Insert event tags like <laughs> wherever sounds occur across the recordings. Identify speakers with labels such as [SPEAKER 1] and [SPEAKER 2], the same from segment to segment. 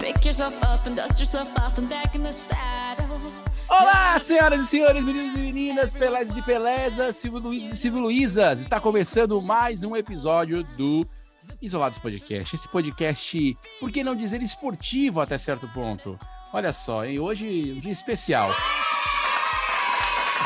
[SPEAKER 1] Pick yourself up and dust yourself off and back in the saddle.
[SPEAKER 2] Olá, senhoras e senhores, meninos e meninas, pelezas e pelezas, Silvio Luiz e Silvio Luizas. Está começando mais um episódio do Isolados Podcast. Esse podcast, por que não dizer esportivo até certo ponto? Olha só, hein? hoje é um dia especial.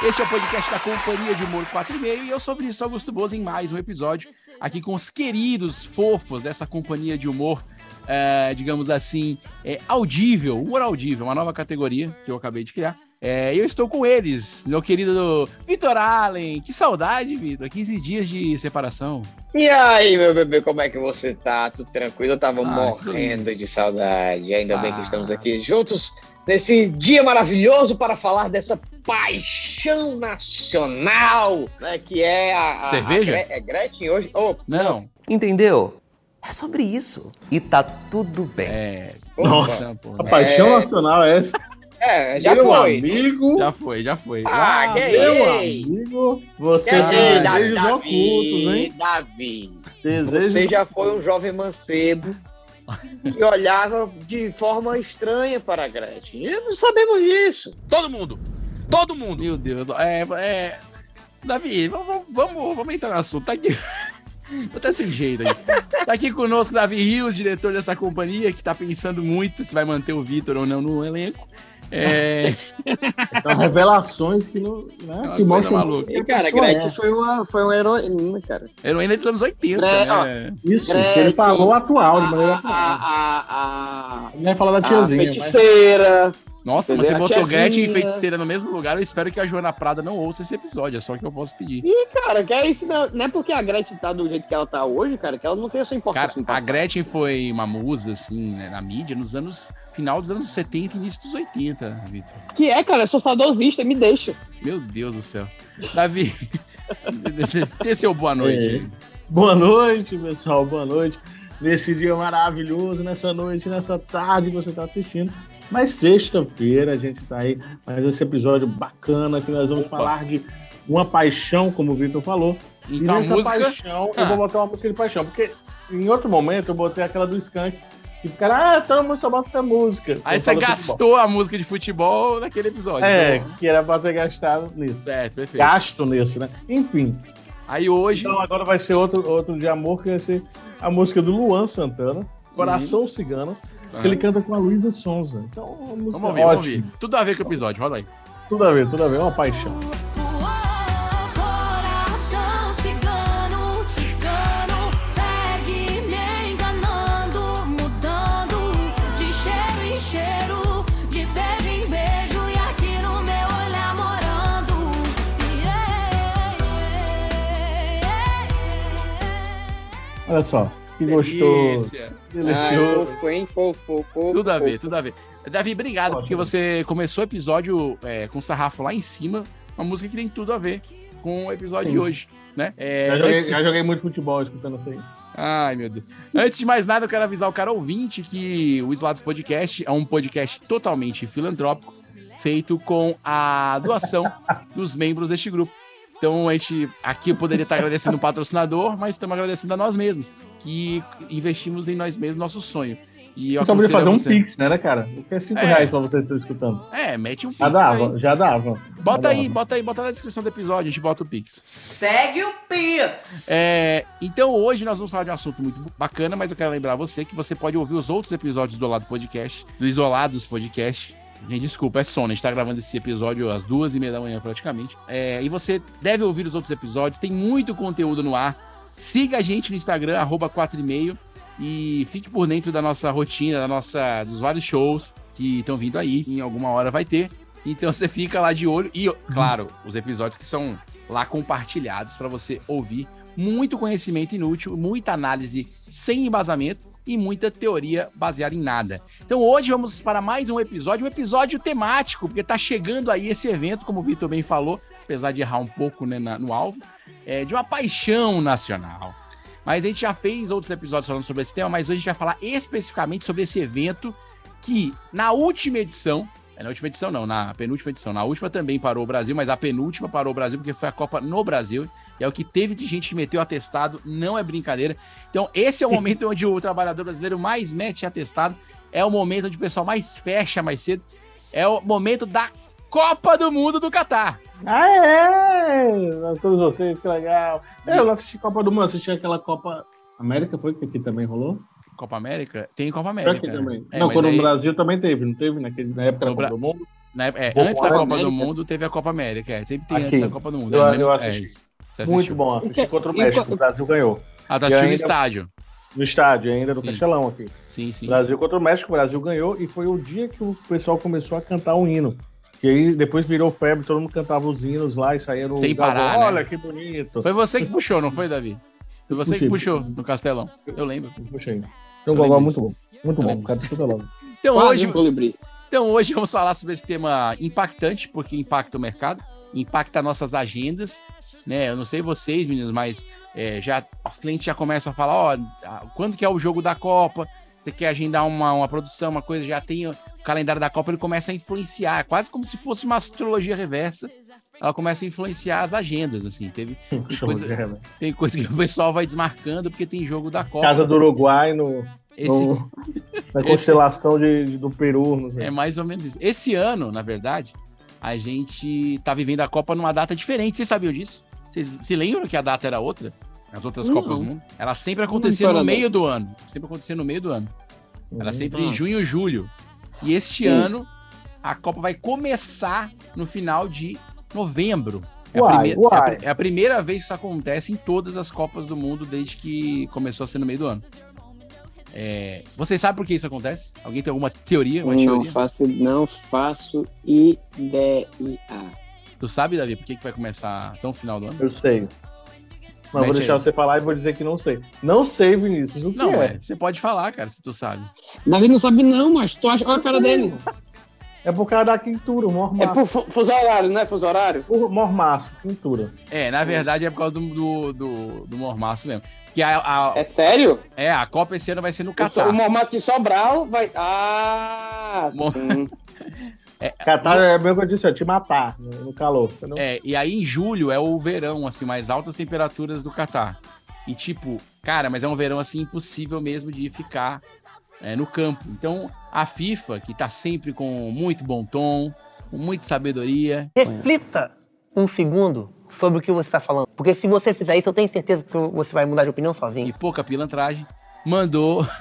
[SPEAKER 2] Este é o podcast da Companhia de Humor 4,5 e eu sou Vinícius Augusto Bozo em mais um episódio aqui com os queridos fofos dessa companhia de humor, eh, digamos assim, eh, audível, humor audível, uma nova categoria que eu acabei de criar. Eh, eu estou com eles, meu querido Vitor Allen. Que saudade, Vitor. 15 dias de separação.
[SPEAKER 3] E aí, meu bebê, como é que você tá? Tudo tranquilo? Eu tava
[SPEAKER 2] Ah,
[SPEAKER 3] morrendo de saudade. Ainda bem que
[SPEAKER 2] Ah.
[SPEAKER 3] estamos aqui juntos nesse dia maravilhoso para falar dessa paixão nacional, né? Que é a. a-
[SPEAKER 2] Cerveja?
[SPEAKER 3] a Gre- é Gretchen hoje? Oh,
[SPEAKER 2] Não,
[SPEAKER 4] Entendeu? É sobre isso. E tá tudo bem.
[SPEAKER 2] é.
[SPEAKER 3] opa.
[SPEAKER 5] Nossa.
[SPEAKER 2] não, pô.
[SPEAKER 5] A paixão
[SPEAKER 3] É.
[SPEAKER 5] nacional é essa.
[SPEAKER 3] É, já
[SPEAKER 5] meu
[SPEAKER 3] foi.
[SPEAKER 5] amigo.
[SPEAKER 2] Já foi, já foi.
[SPEAKER 3] Ah, que
[SPEAKER 5] meu
[SPEAKER 3] ei.
[SPEAKER 5] amigo. Você
[SPEAKER 2] Que ei,
[SPEAKER 5] tem
[SPEAKER 2] da-
[SPEAKER 5] desejos ocultos,
[SPEAKER 3] Davi,
[SPEAKER 5] hein?
[SPEAKER 3] Davi,
[SPEAKER 5] Desejos
[SPEAKER 3] você já foi um jovem mancebo que olhava de forma estranha para a Gretchen. E não sabemos disso.
[SPEAKER 2] Meu Deus, é, é... Davi, v- v- vamos, vamos entrar no assunto. Tá aqui. Tô até sem jeito aí. Tá aqui conosco Davi Rios, diretor dessa companhia, que tá pensando muito se vai manter o Vitor ou não no elenco. É,
[SPEAKER 5] São Então, revelações que não.
[SPEAKER 2] É
[SPEAKER 5] Né,
[SPEAKER 2] uma
[SPEAKER 5] que mostram.
[SPEAKER 2] coisa maluca.
[SPEAKER 5] quem a
[SPEAKER 3] cara, a
[SPEAKER 5] pessoa
[SPEAKER 3] Gretchen
[SPEAKER 5] é.
[SPEAKER 3] foi uma, foi uma heroína, cara.
[SPEAKER 2] heroína um dos anos 80,
[SPEAKER 3] É,
[SPEAKER 2] né?
[SPEAKER 5] Isso,
[SPEAKER 3] Gretchen.
[SPEAKER 5] ele falou atual, de maneira
[SPEAKER 3] A,
[SPEAKER 5] atual.
[SPEAKER 3] a, a, a,
[SPEAKER 5] Ele vai falar da
[SPEAKER 3] a
[SPEAKER 5] tiazinha. mas-
[SPEAKER 3] feiticeira.
[SPEAKER 2] Nossa, mas
[SPEAKER 3] Entendeu?
[SPEAKER 2] você botou
[SPEAKER 3] A
[SPEAKER 2] Gretchen e
[SPEAKER 3] tiazinha.
[SPEAKER 2] Feiticeira no mesmo lugar. Eu espero que a Joana Prada não ouça esse episódio, é só o que eu posso pedir.
[SPEAKER 3] Cara, que é isso, não, não é porque a Gretchen tá do jeito que ela tá hoje, cara, que ela não tem essa
[SPEAKER 2] Cara,
[SPEAKER 3] importância. então no
[SPEAKER 2] a
[SPEAKER 3] passado.
[SPEAKER 2] Gretchen foi uma musa, assim, né, na mídia nos anos... Final dos anos 70 e início dos 80, Vitor.
[SPEAKER 3] Que é, cara, eu sou saudosista, me deixa.
[SPEAKER 2] Meu Deus do céu. Davi, <laughs> dê seu boa noite.
[SPEAKER 5] É. Boa noite, pessoal. Boa noite. Nesse dia maravilhoso, nessa noite, nessa tarde que você está assistindo. Mas sexta-feira a gente está aí fazendo esse episódio bacana que nós vamos falar de uma paixão, como o Vitor falou.
[SPEAKER 2] Então
[SPEAKER 5] e
[SPEAKER 2] a
[SPEAKER 5] nessa
[SPEAKER 2] música.
[SPEAKER 5] paixão,
[SPEAKER 2] Ah.
[SPEAKER 5] eu vou botar uma música de paixão. Porque em outro momento eu botei aquela do Skank. E o cara, ah, todo mundo só bota essa música.
[SPEAKER 2] Aí
[SPEAKER 5] Eu
[SPEAKER 2] você
[SPEAKER 5] falo do futebol.
[SPEAKER 2] gastou a música de futebol naquele episódio.
[SPEAKER 5] É,
[SPEAKER 2] Então,
[SPEAKER 5] que era pra ter gastado nisso.
[SPEAKER 2] certo, perfeito.
[SPEAKER 5] Gasto nisso, né? Enfim.
[SPEAKER 2] Aí hoje.
[SPEAKER 5] Então agora vai ser outro, outro de amor, que vai ser a música do Luan Santana,
[SPEAKER 2] Uhum.
[SPEAKER 5] Coração Cigano, que ele canta com a Luísa Sonza. Então, uma música
[SPEAKER 2] Ah. Vamos ouvir, vamos
[SPEAKER 5] ótima.
[SPEAKER 2] ouvir. Tudo a ver com o episódio, roda aí.
[SPEAKER 5] Tudo a ver, tudo a ver, é uma paixão.
[SPEAKER 1] Coração cigano, cigano, segue me enganando, mudando de cheiro em cheiro, de beijo em beijo e aqui no meu olhar morando.
[SPEAKER 5] Olha só, que gostoso.
[SPEAKER 2] Delícia.
[SPEAKER 3] Ai,
[SPEAKER 5] Delicioso.
[SPEAKER 3] fofo, hein? Fofo, fofo,
[SPEAKER 2] Tudo a
[SPEAKER 3] fofo.
[SPEAKER 2] ver, né? tudo a ver. Davi, obrigado, porque você começou o episódio é, com o sarrafo lá em cima. Uma música que tem tudo a ver com o episódio
[SPEAKER 5] Sim.
[SPEAKER 2] de hoje, né? É,
[SPEAKER 5] já, joguei,
[SPEAKER 2] antes-
[SPEAKER 5] já joguei muito futebol escutando assim. isso aí.
[SPEAKER 2] Ai, meu Deus. Antes de mais nada, eu quero avisar o cara ouvinte que o Isolados Podcast é um podcast totalmente filantrópico, feito com a doação dos membros deste grupo. Então, a gente aqui eu poderia estar agradecendo o patrocinador, mas estamos agradecendo a nós mesmos, que investimos em nós mesmos, nosso sonho. E eu
[SPEAKER 5] Acabou de fazer
[SPEAKER 2] aconselho a
[SPEAKER 5] um
[SPEAKER 2] é você-
[SPEAKER 5] pix, né, né, cara? Porque é 5
[SPEAKER 2] É.
[SPEAKER 5] reais pra vocês que estão escutando.
[SPEAKER 2] É, mete um pix.
[SPEAKER 5] Já
[SPEAKER 2] Aí.
[SPEAKER 5] dava, já dava.
[SPEAKER 2] Bota
[SPEAKER 5] Já
[SPEAKER 2] aí,
[SPEAKER 5] dava.
[SPEAKER 2] bota aí, bota na descrição do episódio, a gente bota o pix.
[SPEAKER 4] Segue o Pix.
[SPEAKER 2] É, então hoje nós vamos falar de um assunto muito bacana, mas eu quero lembrar você que você pode ouvir os outros episódios do Isolado Podcast, do Isolados Podcast. Gente, desculpa, é sono. A gente tá gravando esse episódio às duas e meia da manhã praticamente. É, e você deve ouvir os outros episódios, tem muito conteúdo no ar. Siga a gente no Instagram, arroba 4 e meio, e fique por dentro da nossa rotina, da nossa, dos vários shows que estão vindo aí, que em alguma hora vai ter. Então <laughs> você fica lá de olho. E, claro, os episódios que são lá compartilhados para você ouvir muito conhecimento inútil, muita análise sem embasamento e muita teoria baseada em nada. Então hoje vamos para mais um episódio, um episódio temático, porque tá chegando aí esse evento, como o Vitor bem falou, apesar de errar um pouco né, na- no alvo, é, de uma paixão nacional. Mas a gente já fez outros episódios falando sobre esse tema, mas hoje a gente vai falar especificamente sobre esse evento que na última edição, é, na última edição não, na penúltima edição, na última também parou o Brasil, mas a penúltima parou o Brasil porque foi a Copa no Brasil, e é o que teve de gente que meteu atestado, não é brincadeira. Então, esse
[SPEAKER 5] <laughs>
[SPEAKER 2] é o momento onde o trabalhador brasileiro mais mete atestado, é o momento onde o pessoal mais fecha mais cedo, é o momento da Copa do Mundo do Catar.
[SPEAKER 5] Aê! A todos vocês, que legal. Eu não assisti Copa do Mundo, assisti aquela Copa América, foi que aqui também rolou?
[SPEAKER 2] Copa América? Tem Copa
[SPEAKER 5] Foi
[SPEAKER 2] América.
[SPEAKER 5] aqui também.
[SPEAKER 2] É,
[SPEAKER 5] não,
[SPEAKER 2] mas
[SPEAKER 5] quando
[SPEAKER 2] aí-
[SPEAKER 5] o Brasil também teve, não teve? Naquele, na época da
[SPEAKER 2] No
[SPEAKER 5] Copa
[SPEAKER 2] Bra-
[SPEAKER 5] do Mundo?
[SPEAKER 2] Na- é,
[SPEAKER 5] Ou
[SPEAKER 2] antes da
[SPEAKER 5] Copa
[SPEAKER 2] Copa do
[SPEAKER 5] América.
[SPEAKER 2] Mundo, teve a Copa América. É, sempre tem
[SPEAKER 5] Aqui.
[SPEAKER 2] antes da Copa do Mundo.
[SPEAKER 5] Eu-
[SPEAKER 2] é,
[SPEAKER 5] eu
[SPEAKER 2] mesmo-
[SPEAKER 5] assisti.
[SPEAKER 2] isso. Você
[SPEAKER 5] Muito
[SPEAKER 2] assistiu.
[SPEAKER 5] bom,
[SPEAKER 3] E
[SPEAKER 5] assisti
[SPEAKER 3] que-
[SPEAKER 5] contra o
[SPEAKER 3] e
[SPEAKER 5] México,
[SPEAKER 3] qual-
[SPEAKER 5] o Brasil ganhou.
[SPEAKER 2] Ah, tá assistindo no
[SPEAKER 5] ainda-
[SPEAKER 2] estádio.
[SPEAKER 5] No estádio, ainda no
[SPEAKER 2] Sim.
[SPEAKER 5] Castelão aqui.
[SPEAKER 2] Sim, sim.
[SPEAKER 5] Brasil contra o México, o Brasil ganhou e foi o dia que o pessoal começou a cantar o hino. E aí depois virou febre, todo mundo cantava os hinos lá e saía no
[SPEAKER 2] Sem
[SPEAKER 5] Galvão,
[SPEAKER 2] parar, né?
[SPEAKER 5] Olha que bonito.
[SPEAKER 2] Foi você que puxou, não foi, Davi? Foi você que puxou no Castelão. Eu lembro.
[SPEAKER 5] Puxa aí. Então,
[SPEAKER 2] Eu
[SPEAKER 5] Gogó,
[SPEAKER 2] lembro
[SPEAKER 5] muito bom. Muito
[SPEAKER 2] Eu
[SPEAKER 5] bom,
[SPEAKER 2] lembro
[SPEAKER 5] cara, escuta logo.
[SPEAKER 2] Então
[SPEAKER 3] Quase
[SPEAKER 2] hoje,
[SPEAKER 3] um colibri.
[SPEAKER 2] então hoje vamos falar sobre esse tema impactante, porque impacta o mercado, impacta nossas agendas. Né? Eu não sei vocês, meninos, mas é, já, os clientes já começam a falar, ó, a- quando que é o jogo da Copa? Você quer agendar uma, uma produção, uma coisa, já tem o calendário da Copa, ele começa a influenciar, é quase como se fosse uma astrologia reversa. Ela começa a influenciar as agendas, assim. Teve, coisa- tem coisa que o pessoal vai desmarcando porque tem jogo da Copa.
[SPEAKER 5] né? Casa do Uruguai no,
[SPEAKER 2] Esse-
[SPEAKER 5] no- na constelação de, de- do Peru. Não sei.
[SPEAKER 2] É mais ou menos isso. Esse ano, na verdade, a gente tá vivendo a Copa numa data diferente. Vocês sabiam disso? Vocês se lembram que a data era outra? As outras
[SPEAKER 3] Não.
[SPEAKER 2] Copas do Mundo? Ela sempre acontecia
[SPEAKER 3] Não,
[SPEAKER 2] no
[SPEAKER 3] para
[SPEAKER 2] meio do ano. Sempre acontecia no meio do ano. Ela sempre em
[SPEAKER 3] Ah.
[SPEAKER 2] junho e julho. E este ano, a Copa vai começar no final de novembro. É a,
[SPEAKER 5] Uai,
[SPEAKER 2] primeira,
[SPEAKER 5] uai.
[SPEAKER 2] é a pri- é a primeira vez que isso acontece em todas as Copas do Mundo desde que começou a ser no meio do ano. É, vocês sabem por que isso acontece? Alguém tem alguma teoria? Uma
[SPEAKER 3] Não
[SPEAKER 2] teoria?
[SPEAKER 3] faço, não faço ideia.
[SPEAKER 2] Tu sabe, Davi, por que, que vai começar tão final do ano?
[SPEAKER 5] Eu sei. Mas
[SPEAKER 3] é.
[SPEAKER 2] Mete
[SPEAKER 5] vou deixar
[SPEAKER 2] aí.
[SPEAKER 5] você falar e vou dizer que não sei. Não sei, Vinícius, o que
[SPEAKER 2] Não,
[SPEAKER 5] é?
[SPEAKER 2] é. Você pode falar, cara, se tu sabe.
[SPEAKER 3] Davi não sabe, não, mas tu acha. Olha a cara dele.
[SPEAKER 5] É por causa da quintura, o
[SPEAKER 3] Hum. É
[SPEAKER 5] mormaço.
[SPEAKER 3] por fu- fuso horário, não é fuso horário?
[SPEAKER 5] O mormaço, quintura.
[SPEAKER 2] É, na verdade é por causa do, do, do, do mormaço mesmo. Que a, a-
[SPEAKER 3] É sério?
[SPEAKER 2] é, a Copa esse ano vai ser no
[SPEAKER 3] O,
[SPEAKER 2] Catar.
[SPEAKER 3] o Mormato de Sobral vai. Ah!
[SPEAKER 2] Mo-
[SPEAKER 3] sim.
[SPEAKER 5] Catar é mesmo que eu disse, ó, te matar no no calor. entendeu?
[SPEAKER 2] É, e aí em julho é o verão, assim, mais altas temperaturas do Catar. E tipo, cara, mas é um verão assim impossível mesmo de ficar é, no campo. Então a FIFA, que tá sempre com muito bom tom, com muita sabedoria,
[SPEAKER 6] Reflita um segundo sobre o que você está falando. Porque se você fizer isso, eu tenho certeza que você vai mudar de opinião sozinho.
[SPEAKER 2] e pouca pilantragem, mandou. <laughs>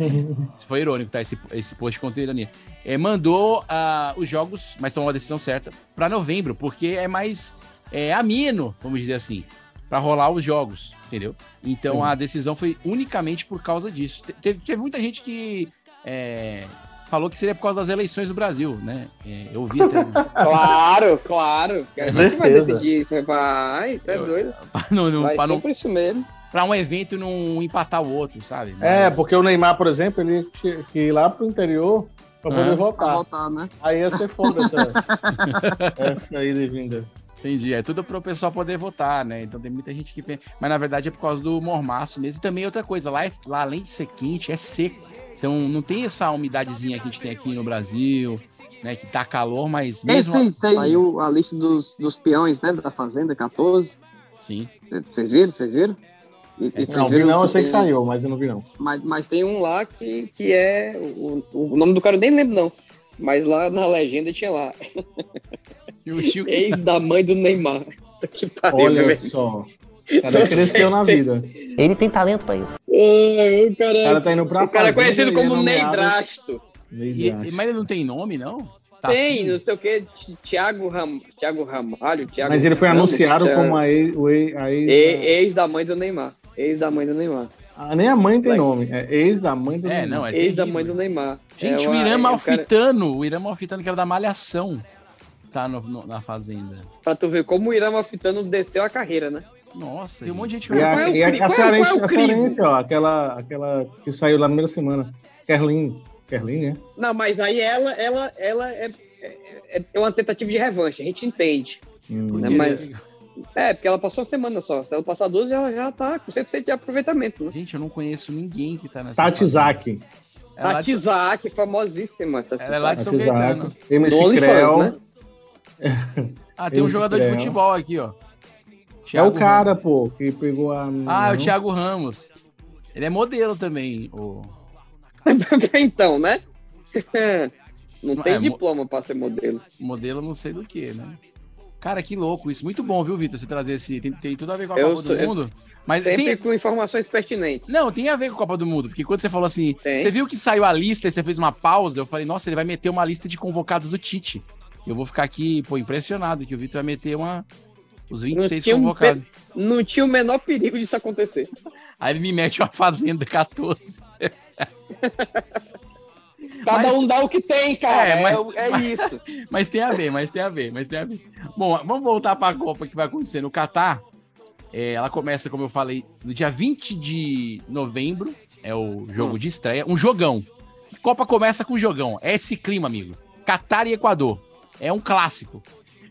[SPEAKER 2] Isso foi irônico, tá? Esse, esse post contém ironia. É, mandou ah, os jogos, mas tomou a decisão certa, pra novembro, porque é mais é, ameno, vamos dizer assim, pra rolar os jogos, entendeu? Então a decisão foi unicamente por causa disso. Te- Teve, teve muita gente que é, falou que seria por causa das eleições do Brasil, né? É, eu vi
[SPEAKER 5] <laughs>
[SPEAKER 2] até.
[SPEAKER 3] Claro, claro. A gente vai
[SPEAKER 5] certeza.
[SPEAKER 3] decidir isso. Vai, tu é
[SPEAKER 2] Eu-
[SPEAKER 3] doido.
[SPEAKER 2] não, não,
[SPEAKER 3] Vai
[SPEAKER 2] pra
[SPEAKER 3] ser
[SPEAKER 2] não-
[SPEAKER 3] por isso mesmo.
[SPEAKER 2] pra um evento não empatar o outro, sabe?
[SPEAKER 5] É,
[SPEAKER 2] Mas-
[SPEAKER 5] porque o Neymar, por exemplo, ele tinha que ir lá pro interior pra poder
[SPEAKER 2] Ah.
[SPEAKER 3] Pra
[SPEAKER 5] voltar.
[SPEAKER 3] voltar, né?
[SPEAKER 5] Aí ia ser
[SPEAKER 3] <laughs>
[SPEAKER 5] foda essa, essa ida e vinda.
[SPEAKER 2] Entendi. É tudo para o pessoal poder votar, né? Então tem muita gente que pensa. Mas na verdade é por causa do mormaço mesmo. E também outra coisa, lá, é- lá além de ser quente, é seco. Então não tem essa umidadezinha que a gente tem aqui no Brasil, né? Que tá calor, mas
[SPEAKER 3] É,
[SPEAKER 2] mesmo.
[SPEAKER 7] Esse, esse, aí.
[SPEAKER 3] Saiu a lista dos, dos peões, né? Da Fazenda 14.
[SPEAKER 2] Sim.
[SPEAKER 3] Vocês viram? Vocês viram? E- e vocês
[SPEAKER 5] Não, vi
[SPEAKER 3] viram
[SPEAKER 5] não, eu sei que
[SPEAKER 3] tem-
[SPEAKER 5] saiu, mas eu não vi não.
[SPEAKER 3] Mas, mas tem um lá que, que é. O, o nome do cara eu nem lembro, não. Mas lá na legenda tinha lá.
[SPEAKER 2] E o
[SPEAKER 3] <laughs>
[SPEAKER 2] Chico,
[SPEAKER 3] Ex da mãe do Neymar. <laughs> Puta Que pariu, né?
[SPEAKER 5] Olha
[SPEAKER 3] Tá velho.
[SPEAKER 5] só. O cara cresceu na vida.
[SPEAKER 6] Ele tem talento pra isso.
[SPEAKER 3] Ai, o
[SPEAKER 5] O
[SPEAKER 3] cara,
[SPEAKER 5] cara tá indo pra
[SPEAKER 3] o cara é conhecido
[SPEAKER 5] fazenda e
[SPEAKER 3] como
[SPEAKER 5] é nomeado-
[SPEAKER 3] Neidrasto.
[SPEAKER 2] e-
[SPEAKER 5] Neidrasto.
[SPEAKER 2] mas ele não tem nome, não? Tá
[SPEAKER 3] tem,
[SPEAKER 2] assim?
[SPEAKER 3] não sei o que, Tiago Ram, Thiago Ramalho. Thiago
[SPEAKER 5] Mas ele foi
[SPEAKER 3] Ramos,
[SPEAKER 5] anunciado
[SPEAKER 3] Thiago-
[SPEAKER 5] como a ex. o ex- a
[SPEAKER 3] é- E-
[SPEAKER 5] ex-
[SPEAKER 3] Ex da mãe do Neymar. Ex da mãe do Neymar.
[SPEAKER 5] Ah, nem a mãe tem nome. É ex da mãe do
[SPEAKER 2] É, não, é
[SPEAKER 3] Ex da
[SPEAKER 2] terrível.
[SPEAKER 3] mãe do Neymar.
[SPEAKER 2] Gente,
[SPEAKER 3] É
[SPEAKER 2] o
[SPEAKER 3] uma-
[SPEAKER 2] Irã
[SPEAKER 3] é, cara-
[SPEAKER 2] Malfitano, o Irã Malfitano que era da Malhação, tá no- no- na Fazenda.
[SPEAKER 3] Pra tu ver como o Irã Malfitano desceu a carreira, né?
[SPEAKER 2] Nossa, tem um monte de gente...
[SPEAKER 5] E
[SPEAKER 3] Qual é
[SPEAKER 5] a,
[SPEAKER 3] o
[SPEAKER 5] e a,
[SPEAKER 3] cri-
[SPEAKER 5] a
[SPEAKER 3] qual é-
[SPEAKER 5] cearense-
[SPEAKER 3] qual é o
[SPEAKER 5] a
[SPEAKER 3] crime?
[SPEAKER 5] cearense, ó, aquela, aquela que saiu lá na primeira semana. Kerlin. Kerlin, né?
[SPEAKER 3] Não, mas aí ela, ela, ela é, é, é uma tentativa de revanche, a gente entende.
[SPEAKER 5] Hum.
[SPEAKER 3] né, mas- É, porque ela passou uma semana só. Se ela passar duas, ela já tá com 100% de aproveitamento, né?
[SPEAKER 2] Gente, eu não conheço ninguém que tá nessa...
[SPEAKER 5] Tati
[SPEAKER 2] fazenda.
[SPEAKER 5] Zaki.
[SPEAKER 2] Ela é lá de-
[SPEAKER 3] Tatizaki, famosíssima. Tati
[SPEAKER 2] Ela é lá de
[SPEAKER 3] Zaki.
[SPEAKER 2] São
[SPEAKER 5] Tati
[SPEAKER 2] Caetano.
[SPEAKER 5] Zaki. MC
[SPEAKER 3] Do OnlyFans,
[SPEAKER 5] Creu.
[SPEAKER 3] né? <laughs>
[SPEAKER 2] Ah, tem um
[SPEAKER 5] Esse
[SPEAKER 2] jogador de
[SPEAKER 5] Creu.
[SPEAKER 2] futebol aqui, ó.
[SPEAKER 5] É o
[SPEAKER 2] Thiago
[SPEAKER 5] cara, né? pô, que pegou a.
[SPEAKER 2] Ramos. Ah, é o Thiago Ramos. Ele é modelo também, o...
[SPEAKER 3] então, né? <laughs> Não tem
[SPEAKER 2] É, mo-
[SPEAKER 3] diploma pra ser modelo.
[SPEAKER 2] modelo não sei do que, né? Cara, que louco isso. Muito bom, viu, Vitor, você trazer esse. Tem, tem tudo a ver com a
[SPEAKER 3] Eu
[SPEAKER 2] Copa
[SPEAKER 3] sou-
[SPEAKER 2] do Mundo. Mas
[SPEAKER 3] Sempre
[SPEAKER 2] tem.
[SPEAKER 3] com informações pertinentes.
[SPEAKER 2] Não, tem a ver com a Copa do Mundo, porque quando você falou assim,
[SPEAKER 3] Tem.
[SPEAKER 2] você viu que saiu a lista e você fez uma pausa, eu falei, nossa, ele vai meter uma lista de convocados do Tite. Eu vou ficar aqui, pô, impressionado que o Vitor vai meter uma. Os 26
[SPEAKER 3] tinha um
[SPEAKER 2] convocados.
[SPEAKER 3] Não tinha o menor perigo disso acontecer.
[SPEAKER 2] Aí ele me mete uma Fazenda 14.
[SPEAKER 3] Cada
[SPEAKER 2] Mas-
[SPEAKER 3] um dá o que tem, cara.
[SPEAKER 2] É,
[SPEAKER 3] É,
[SPEAKER 2] mas-
[SPEAKER 3] o- é
[SPEAKER 2] mas-
[SPEAKER 3] isso.
[SPEAKER 2] Mas tem a ver, mas tem a ver, mas tem a ver. Bom, vamos voltar para a Copa que vai acontecer no Catar. É, ela começa, como eu falei, no dia 20 de novembro. É o jogo de estreia. Um jogão. Copa começa com jogão. É esse clima, amigo. Catar e Equador. É um clássico.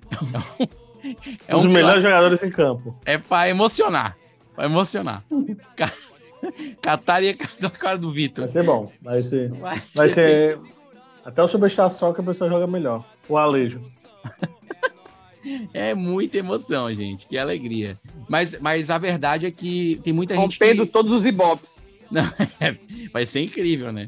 [SPEAKER 2] <laughs> É
[SPEAKER 5] Os
[SPEAKER 2] um, clássico.
[SPEAKER 5] melhores jogadores em campo.
[SPEAKER 2] É pra emocionar. Pra emocionar. Ca- <laughs> Catar e Equador, a cara do
[SPEAKER 5] Vai
[SPEAKER 2] Vitor.
[SPEAKER 5] ser bom. Vai ser.
[SPEAKER 2] Vai
[SPEAKER 5] Vai ser.
[SPEAKER 2] ser-
[SPEAKER 5] Até o subestar só que a pessoa joga melhor. O Alejo.
[SPEAKER 2] É muita emoção, gente. Que alegria. Mas, mas a verdade é que tem muita gente. que-
[SPEAKER 3] Rompendo todos os ibops.
[SPEAKER 2] <laughs> Não, é, vai ser incrível, né?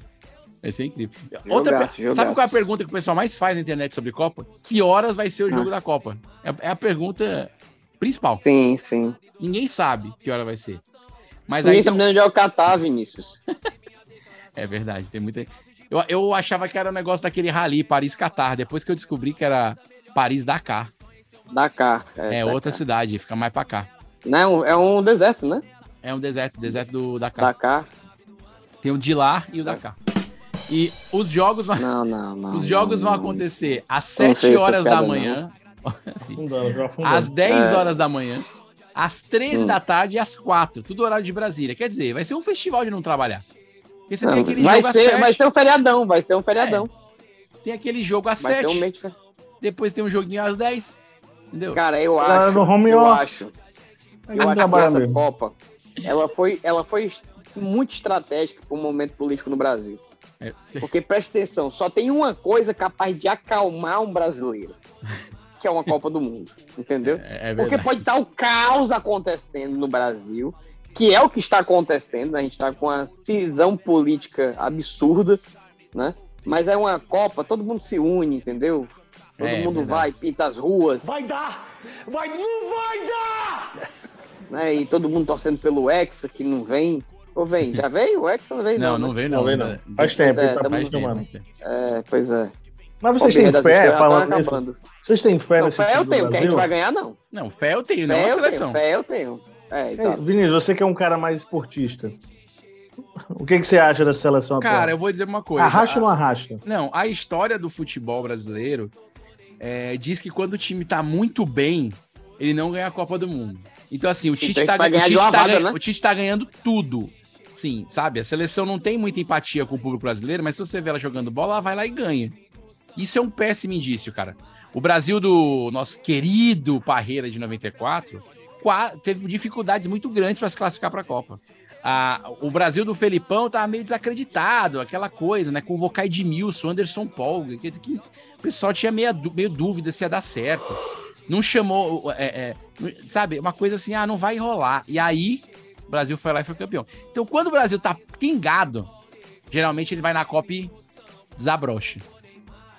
[SPEAKER 2] Vai ser incrível. Outra,
[SPEAKER 3] Jogaço,
[SPEAKER 2] per- Sabe
[SPEAKER 3] jogaço.
[SPEAKER 2] qual é a pergunta que o pessoal mais faz na internet sobre Copa? Que horas vai ser o
[SPEAKER 3] Ah.
[SPEAKER 2] jogo da Copa? É, é a pergunta principal.
[SPEAKER 3] Sim, sim.
[SPEAKER 2] Ninguém sabe que hora vai ser. Mas aí. então-
[SPEAKER 3] Ninguém sabe nem onde é o Catar, Vinícius.
[SPEAKER 2] É verdade, tem muita. Eu, eu achava que era um negócio daquele rally Paris-Catar. Depois que eu descobri que era Paris-Dakar.
[SPEAKER 3] Dakar.
[SPEAKER 2] É,
[SPEAKER 3] Dakar.
[SPEAKER 2] outra cidade, fica mais pra cá.
[SPEAKER 3] Não, é um- é um deserto, né?
[SPEAKER 2] É um deserto, deserto do Dakar.
[SPEAKER 3] Dakar.
[SPEAKER 2] Tem o de lá e o Dakar. E os jogos.
[SPEAKER 3] Não, não, não.
[SPEAKER 2] Os jogos
[SPEAKER 3] não,
[SPEAKER 2] vão
[SPEAKER 3] não.
[SPEAKER 2] acontecer às
[SPEAKER 3] Não sei
[SPEAKER 2] 7
[SPEAKER 3] essa
[SPEAKER 2] horas da
[SPEAKER 3] piada, não.
[SPEAKER 2] manhã,
[SPEAKER 5] Afundando, já afundando.
[SPEAKER 2] às 10
[SPEAKER 3] É.
[SPEAKER 2] horas da manhã, às 13
[SPEAKER 3] Hum.
[SPEAKER 2] da tarde e às 4, tudo horário de Brasília. Quer dizer, vai ser um festival de não trabalhar. Porque você
[SPEAKER 3] Não,
[SPEAKER 2] tem aquele jogo É,
[SPEAKER 3] vai,
[SPEAKER 2] às
[SPEAKER 3] ser,
[SPEAKER 2] 7,
[SPEAKER 3] vai ser um feriadão, vai ser um feriadão.
[SPEAKER 2] tem aquele jogo às
[SPEAKER 3] vai
[SPEAKER 2] 7,
[SPEAKER 3] ter um mês de fer-
[SPEAKER 2] depois tem um joguinho às 10. Entendeu?
[SPEAKER 3] Cara, eu
[SPEAKER 5] Agora
[SPEAKER 3] acho.
[SPEAKER 5] no home
[SPEAKER 3] eu
[SPEAKER 5] office.
[SPEAKER 3] acho.
[SPEAKER 5] Ele
[SPEAKER 3] Eu
[SPEAKER 5] não
[SPEAKER 3] acho que
[SPEAKER 5] trabalha
[SPEAKER 3] essa
[SPEAKER 5] mesmo.
[SPEAKER 3] Copa, ela foi, ela foi muito estratégica para o momento político no Brasil.
[SPEAKER 2] É, você-
[SPEAKER 3] Porque presta atenção, só tem uma coisa capaz de acalmar um brasileiro, que é uma Copa do Mundo, entendeu?
[SPEAKER 2] <laughs> é, é
[SPEAKER 3] Porque
[SPEAKER 2] verdade.
[SPEAKER 3] pode estar o caos acontecendo no Brasil, que é o que está acontecendo, né? a gente está com uma cisão política absurda, né? Mas é uma Copa, todo mundo se une, entendeu? Todo
[SPEAKER 2] É,
[SPEAKER 3] mundo
[SPEAKER 2] verdade.
[SPEAKER 3] vai, pinta as ruas,
[SPEAKER 4] Vai dar! Vai, não vai dar!
[SPEAKER 3] né? E todo mundo torcendo pelo Hexa, que não vem. Ou vem, já veio? O Hexa não veio,
[SPEAKER 2] Não,
[SPEAKER 3] não.
[SPEAKER 2] não
[SPEAKER 3] né?
[SPEAKER 2] vem, não.
[SPEAKER 5] Não, vem não. Faz tempo,
[SPEAKER 3] É,
[SPEAKER 5] ele tá
[SPEAKER 3] tamo-
[SPEAKER 2] Faz tempo,
[SPEAKER 5] acostumado.
[SPEAKER 2] faz tempo.
[SPEAKER 3] É, pois é.
[SPEAKER 5] Mas
[SPEAKER 3] Pô,
[SPEAKER 5] vocês têm
[SPEAKER 3] Bia, das Estadas
[SPEAKER 5] fé
[SPEAKER 3] já
[SPEAKER 5] falando
[SPEAKER 3] tá
[SPEAKER 5] nisso?
[SPEAKER 3] acabando.
[SPEAKER 5] Vocês têm fé
[SPEAKER 3] Não,
[SPEAKER 5] nesse
[SPEAKER 3] fé eu
[SPEAKER 5] time do
[SPEAKER 3] tenho, que a gente
[SPEAKER 5] Brasil?
[SPEAKER 3] vai ganhar, não.
[SPEAKER 2] Não, fé eu tenho, não
[SPEAKER 3] Fé
[SPEAKER 2] a
[SPEAKER 3] eu
[SPEAKER 2] seleção.
[SPEAKER 3] tenho, fé eu tenho. É,
[SPEAKER 5] Ei,
[SPEAKER 3] exato.
[SPEAKER 5] Vinícius, você que é um cara mais esportista, o que, que você acha dessa seleção atual?
[SPEAKER 2] Cara, eu vou dizer uma coisa.
[SPEAKER 5] arrasta ou não arrasta?
[SPEAKER 2] Não, a história do futebol brasileiro é, diz que quando o time tá muito bem, ele não ganha a Copa do Mundo. Então, assim, o Tite,
[SPEAKER 3] ele
[SPEAKER 2] tá,
[SPEAKER 3] vai
[SPEAKER 2] o
[SPEAKER 3] ganhar de
[SPEAKER 2] Tite tá
[SPEAKER 3] lavada,
[SPEAKER 2] ganha-
[SPEAKER 3] né?
[SPEAKER 2] o Tite tá ganhando tudo. Sim, sabe? A seleção não tem muita empatia com o público brasileiro, mas se você vê ela jogando bola, ela vai lá e ganha. Isso é um péssimo indício, cara. O Brasil do nosso querido Parreira de 94 qua- teve dificuldades muito grandes para se classificar para a Copa. Ah, o Brasil do Felipão tava meio desacreditado, aquela coisa, né? Convocar Edmilson, Anderson Polga, que, que o pessoal tinha meia dú- meio dúvida se ia dar certo. Não chamou, é, é, não- sabe, uma coisa assim, ah, não vai rolar. E aí O Brasil foi lá e foi campeão. Então, quando o Brasil tá pingado, geralmente ele vai na Copa e desabrocha.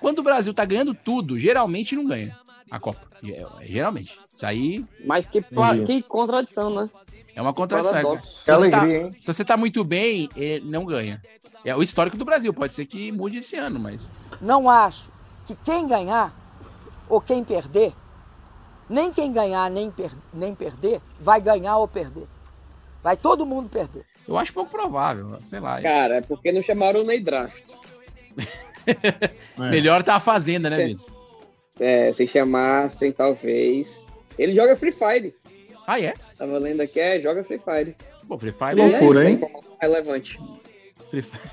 [SPEAKER 2] Quando o Brasil tá ganhando tudo, geralmente não ganha a Copa. É, é, Geralmente. Isso aí
[SPEAKER 3] Mas que, pla-
[SPEAKER 5] Entendi.
[SPEAKER 3] que contradição, né?
[SPEAKER 2] é uma contradição. é-
[SPEAKER 3] Paradoxo.
[SPEAKER 5] Que
[SPEAKER 2] Se você, tá,
[SPEAKER 5] alegria, hein?
[SPEAKER 2] se você tá muito bem, eh, não ganha. É o histórico do Brasil, pode ser que mude esse ano, mas.
[SPEAKER 8] Não acho que quem ganhar ou quem perder, nem quem ganhar nem, per- nem perder, vai ganhar ou perder. Vai todo mundo perder.
[SPEAKER 2] Eu acho pouco provável, sei lá.
[SPEAKER 3] Cara, é porque não chamaram o Ney Draft.
[SPEAKER 5] É.
[SPEAKER 2] Melhor tá a Fazenda, né, Vitor?
[SPEAKER 3] É, se chamassem, talvez. Ele joga Free Fire.
[SPEAKER 2] Ah, é?
[SPEAKER 3] Tava lendo aqui, é, joga Free Fire.
[SPEAKER 2] Pô, Free Fire.
[SPEAKER 3] E
[SPEAKER 5] Que
[SPEAKER 3] é
[SPEAKER 5] loucura,
[SPEAKER 3] isso,
[SPEAKER 5] hein?
[SPEAKER 3] informação relevante.
[SPEAKER 2] Free Fire.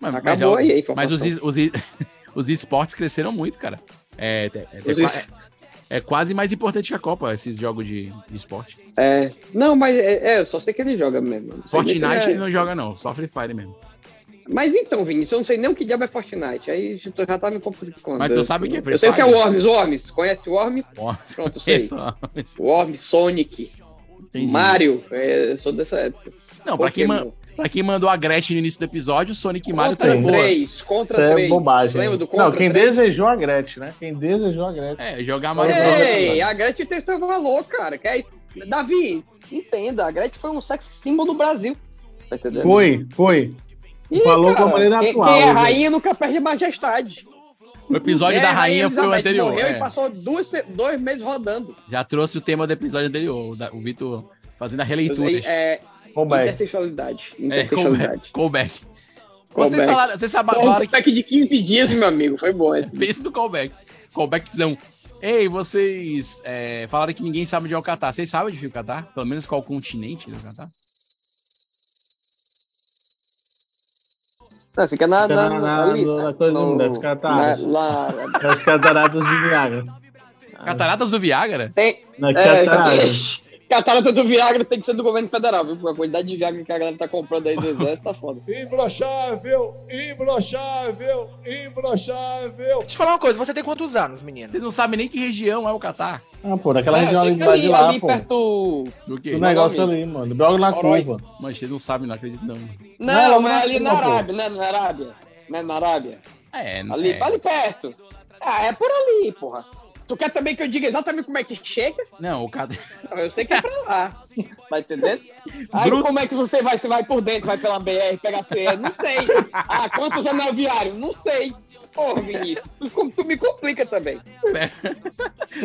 [SPEAKER 2] Mas, mas é
[SPEAKER 3] Acabou
[SPEAKER 2] o-
[SPEAKER 3] aí a informação.
[SPEAKER 2] Mas os, is- os, is- <laughs> os esportes cresceram muito, cara. É, é- é- é
[SPEAKER 3] Os
[SPEAKER 2] qua-
[SPEAKER 3] is-
[SPEAKER 2] é- é quase mais importante que a Copa, esses jogos de, de esporte.
[SPEAKER 3] É, não, mas é, é, eu só sei que ele joga mesmo. Não sei nem se
[SPEAKER 2] Fortnite
[SPEAKER 3] ele é-
[SPEAKER 2] ele não joga, não, só Free Fire mesmo.
[SPEAKER 3] Mas então, Vinícius, eu não sei nem o que diabo é Fortnite. Aí eu tô- já tá me confundindo.
[SPEAKER 2] Mas tu sabe o que é Free
[SPEAKER 3] Eu sei o que é
[SPEAKER 2] Fire?
[SPEAKER 3] Worms, Worms. Conhece o Worms?
[SPEAKER 2] Nossa, <laughs>
[SPEAKER 3] Pronto, sei.
[SPEAKER 2] é só-
[SPEAKER 3] Worms, Sonic,
[SPEAKER 2] entendi.
[SPEAKER 3] Mario. É, eu sou dessa época.
[SPEAKER 2] Não, pra quem, man-
[SPEAKER 3] Pokémon.
[SPEAKER 2] pra quem mandou a Gretchen no início do episódio, Sonic e Mario tá
[SPEAKER 3] Contra
[SPEAKER 2] de
[SPEAKER 5] tem.
[SPEAKER 2] boa.
[SPEAKER 3] 3, contra
[SPEAKER 5] Isso é
[SPEAKER 3] 3.
[SPEAKER 5] bobagem.
[SPEAKER 3] Lembra do contra né?
[SPEAKER 5] Não, quem
[SPEAKER 3] 3?
[SPEAKER 5] desejou a Gretchen, né? Quem desejou a Gretchen.
[SPEAKER 2] É, jogar Mario Bros.
[SPEAKER 3] Ei, a Gretchen tem seu valor, cara. Que é... isso? Davi, entenda, a Gretchen foi um sex symbol do Brasil. Tá entendendo?
[SPEAKER 5] Foi, foi.
[SPEAKER 3] Ih,
[SPEAKER 5] falou
[SPEAKER 3] cara,
[SPEAKER 5] com a maneira
[SPEAKER 3] quem,
[SPEAKER 5] atual,
[SPEAKER 3] Quem é
[SPEAKER 5] né?
[SPEAKER 3] rainha nunca perde majestade.
[SPEAKER 2] O episódio
[SPEAKER 3] É,
[SPEAKER 2] da rainha foi o
[SPEAKER 3] Elizabeth
[SPEAKER 2] anterior.
[SPEAKER 3] Morreu
[SPEAKER 2] é.
[SPEAKER 3] e passou duas, se- dois meses rodando.
[SPEAKER 2] Já trouxe o tema do episódio anterior, o, da- o Vitor fazendo a
[SPEAKER 3] Eu
[SPEAKER 2] releitura.
[SPEAKER 3] sei, é, <laughs>
[SPEAKER 5] Roberto.
[SPEAKER 3] intertextualidade.
[SPEAKER 2] É, callback.
[SPEAKER 3] Intertextualidade.
[SPEAKER 2] callback. Vocês,
[SPEAKER 3] Callback.
[SPEAKER 2] falaram, vocês
[SPEAKER 3] Pô,
[SPEAKER 2] sabaram
[SPEAKER 3] um
[SPEAKER 2] falaram que
[SPEAKER 3] pack de 15 dias, meu amigo. Foi bom esse.
[SPEAKER 2] pensa no callback. Callbackzão. Ei, vocês é, falaram que ninguém sabe onde é o Catar. Vocês sabem onde fica o Catar? Pelo menos qual continente do Catar?
[SPEAKER 3] Não, fica na...
[SPEAKER 5] Fica
[SPEAKER 3] na,
[SPEAKER 5] na- na-
[SPEAKER 3] ali,
[SPEAKER 5] na
[SPEAKER 3] na-
[SPEAKER 5] coisa
[SPEAKER 3] no-
[SPEAKER 5] das cataratas.
[SPEAKER 3] na- lá-
[SPEAKER 5] Das cataratas de Viagra.
[SPEAKER 2] Cataratas do Viagra?
[SPEAKER 3] tem,
[SPEAKER 5] Na
[SPEAKER 3] é,
[SPEAKER 5] catarata.
[SPEAKER 3] <laughs> catarata do Viagra tem que ser do governo federal, viu? Com a quantidade de Viagra que a galera tá comprando aí do exército, tá foda.
[SPEAKER 9] Imbrochável, imbrochável, imbrochável.
[SPEAKER 4] Deixa eu falar uma coisa, você tem quantos anos, menina?
[SPEAKER 2] Vocês não sabem nem que região é o Catar.
[SPEAKER 5] Ah, pô, daquela
[SPEAKER 3] É,
[SPEAKER 5] região ali do
[SPEAKER 3] fica
[SPEAKER 5] lado de
[SPEAKER 3] ali,
[SPEAKER 5] lá,
[SPEAKER 3] ali
[SPEAKER 5] pô.
[SPEAKER 3] perto...
[SPEAKER 2] Do quê?
[SPEAKER 5] Do negócio ali, mano. Logo na
[SPEAKER 3] Heróis.
[SPEAKER 5] curva.
[SPEAKER 2] Mas vocês não sabem, não acredito não.
[SPEAKER 3] Não,
[SPEAKER 5] Não,
[SPEAKER 3] mas
[SPEAKER 5] não,
[SPEAKER 3] ali
[SPEAKER 5] não,
[SPEAKER 3] na
[SPEAKER 5] pô.
[SPEAKER 3] Arábia, né? Na Arábia. Né? Na Arábia.
[SPEAKER 2] É,
[SPEAKER 3] Ali,
[SPEAKER 2] é.
[SPEAKER 3] ali perto. Ah, é por ali, porra. Tu quer também que eu diga exatamente como é que chega?
[SPEAKER 2] Não, o <laughs> Catar...
[SPEAKER 3] Não, eu sei que é pra
[SPEAKER 5] <laughs>
[SPEAKER 3] lá. Tá entendendo? Aí
[SPEAKER 2] Bruto.
[SPEAKER 3] como é que você vai? Você vai por dentro, vai pela BR, pega a CE? Não sei. Ah, quantos anel viário? Não sei. Porra, Vinícius, tu, com- tu me complica também.
[SPEAKER 2] Pega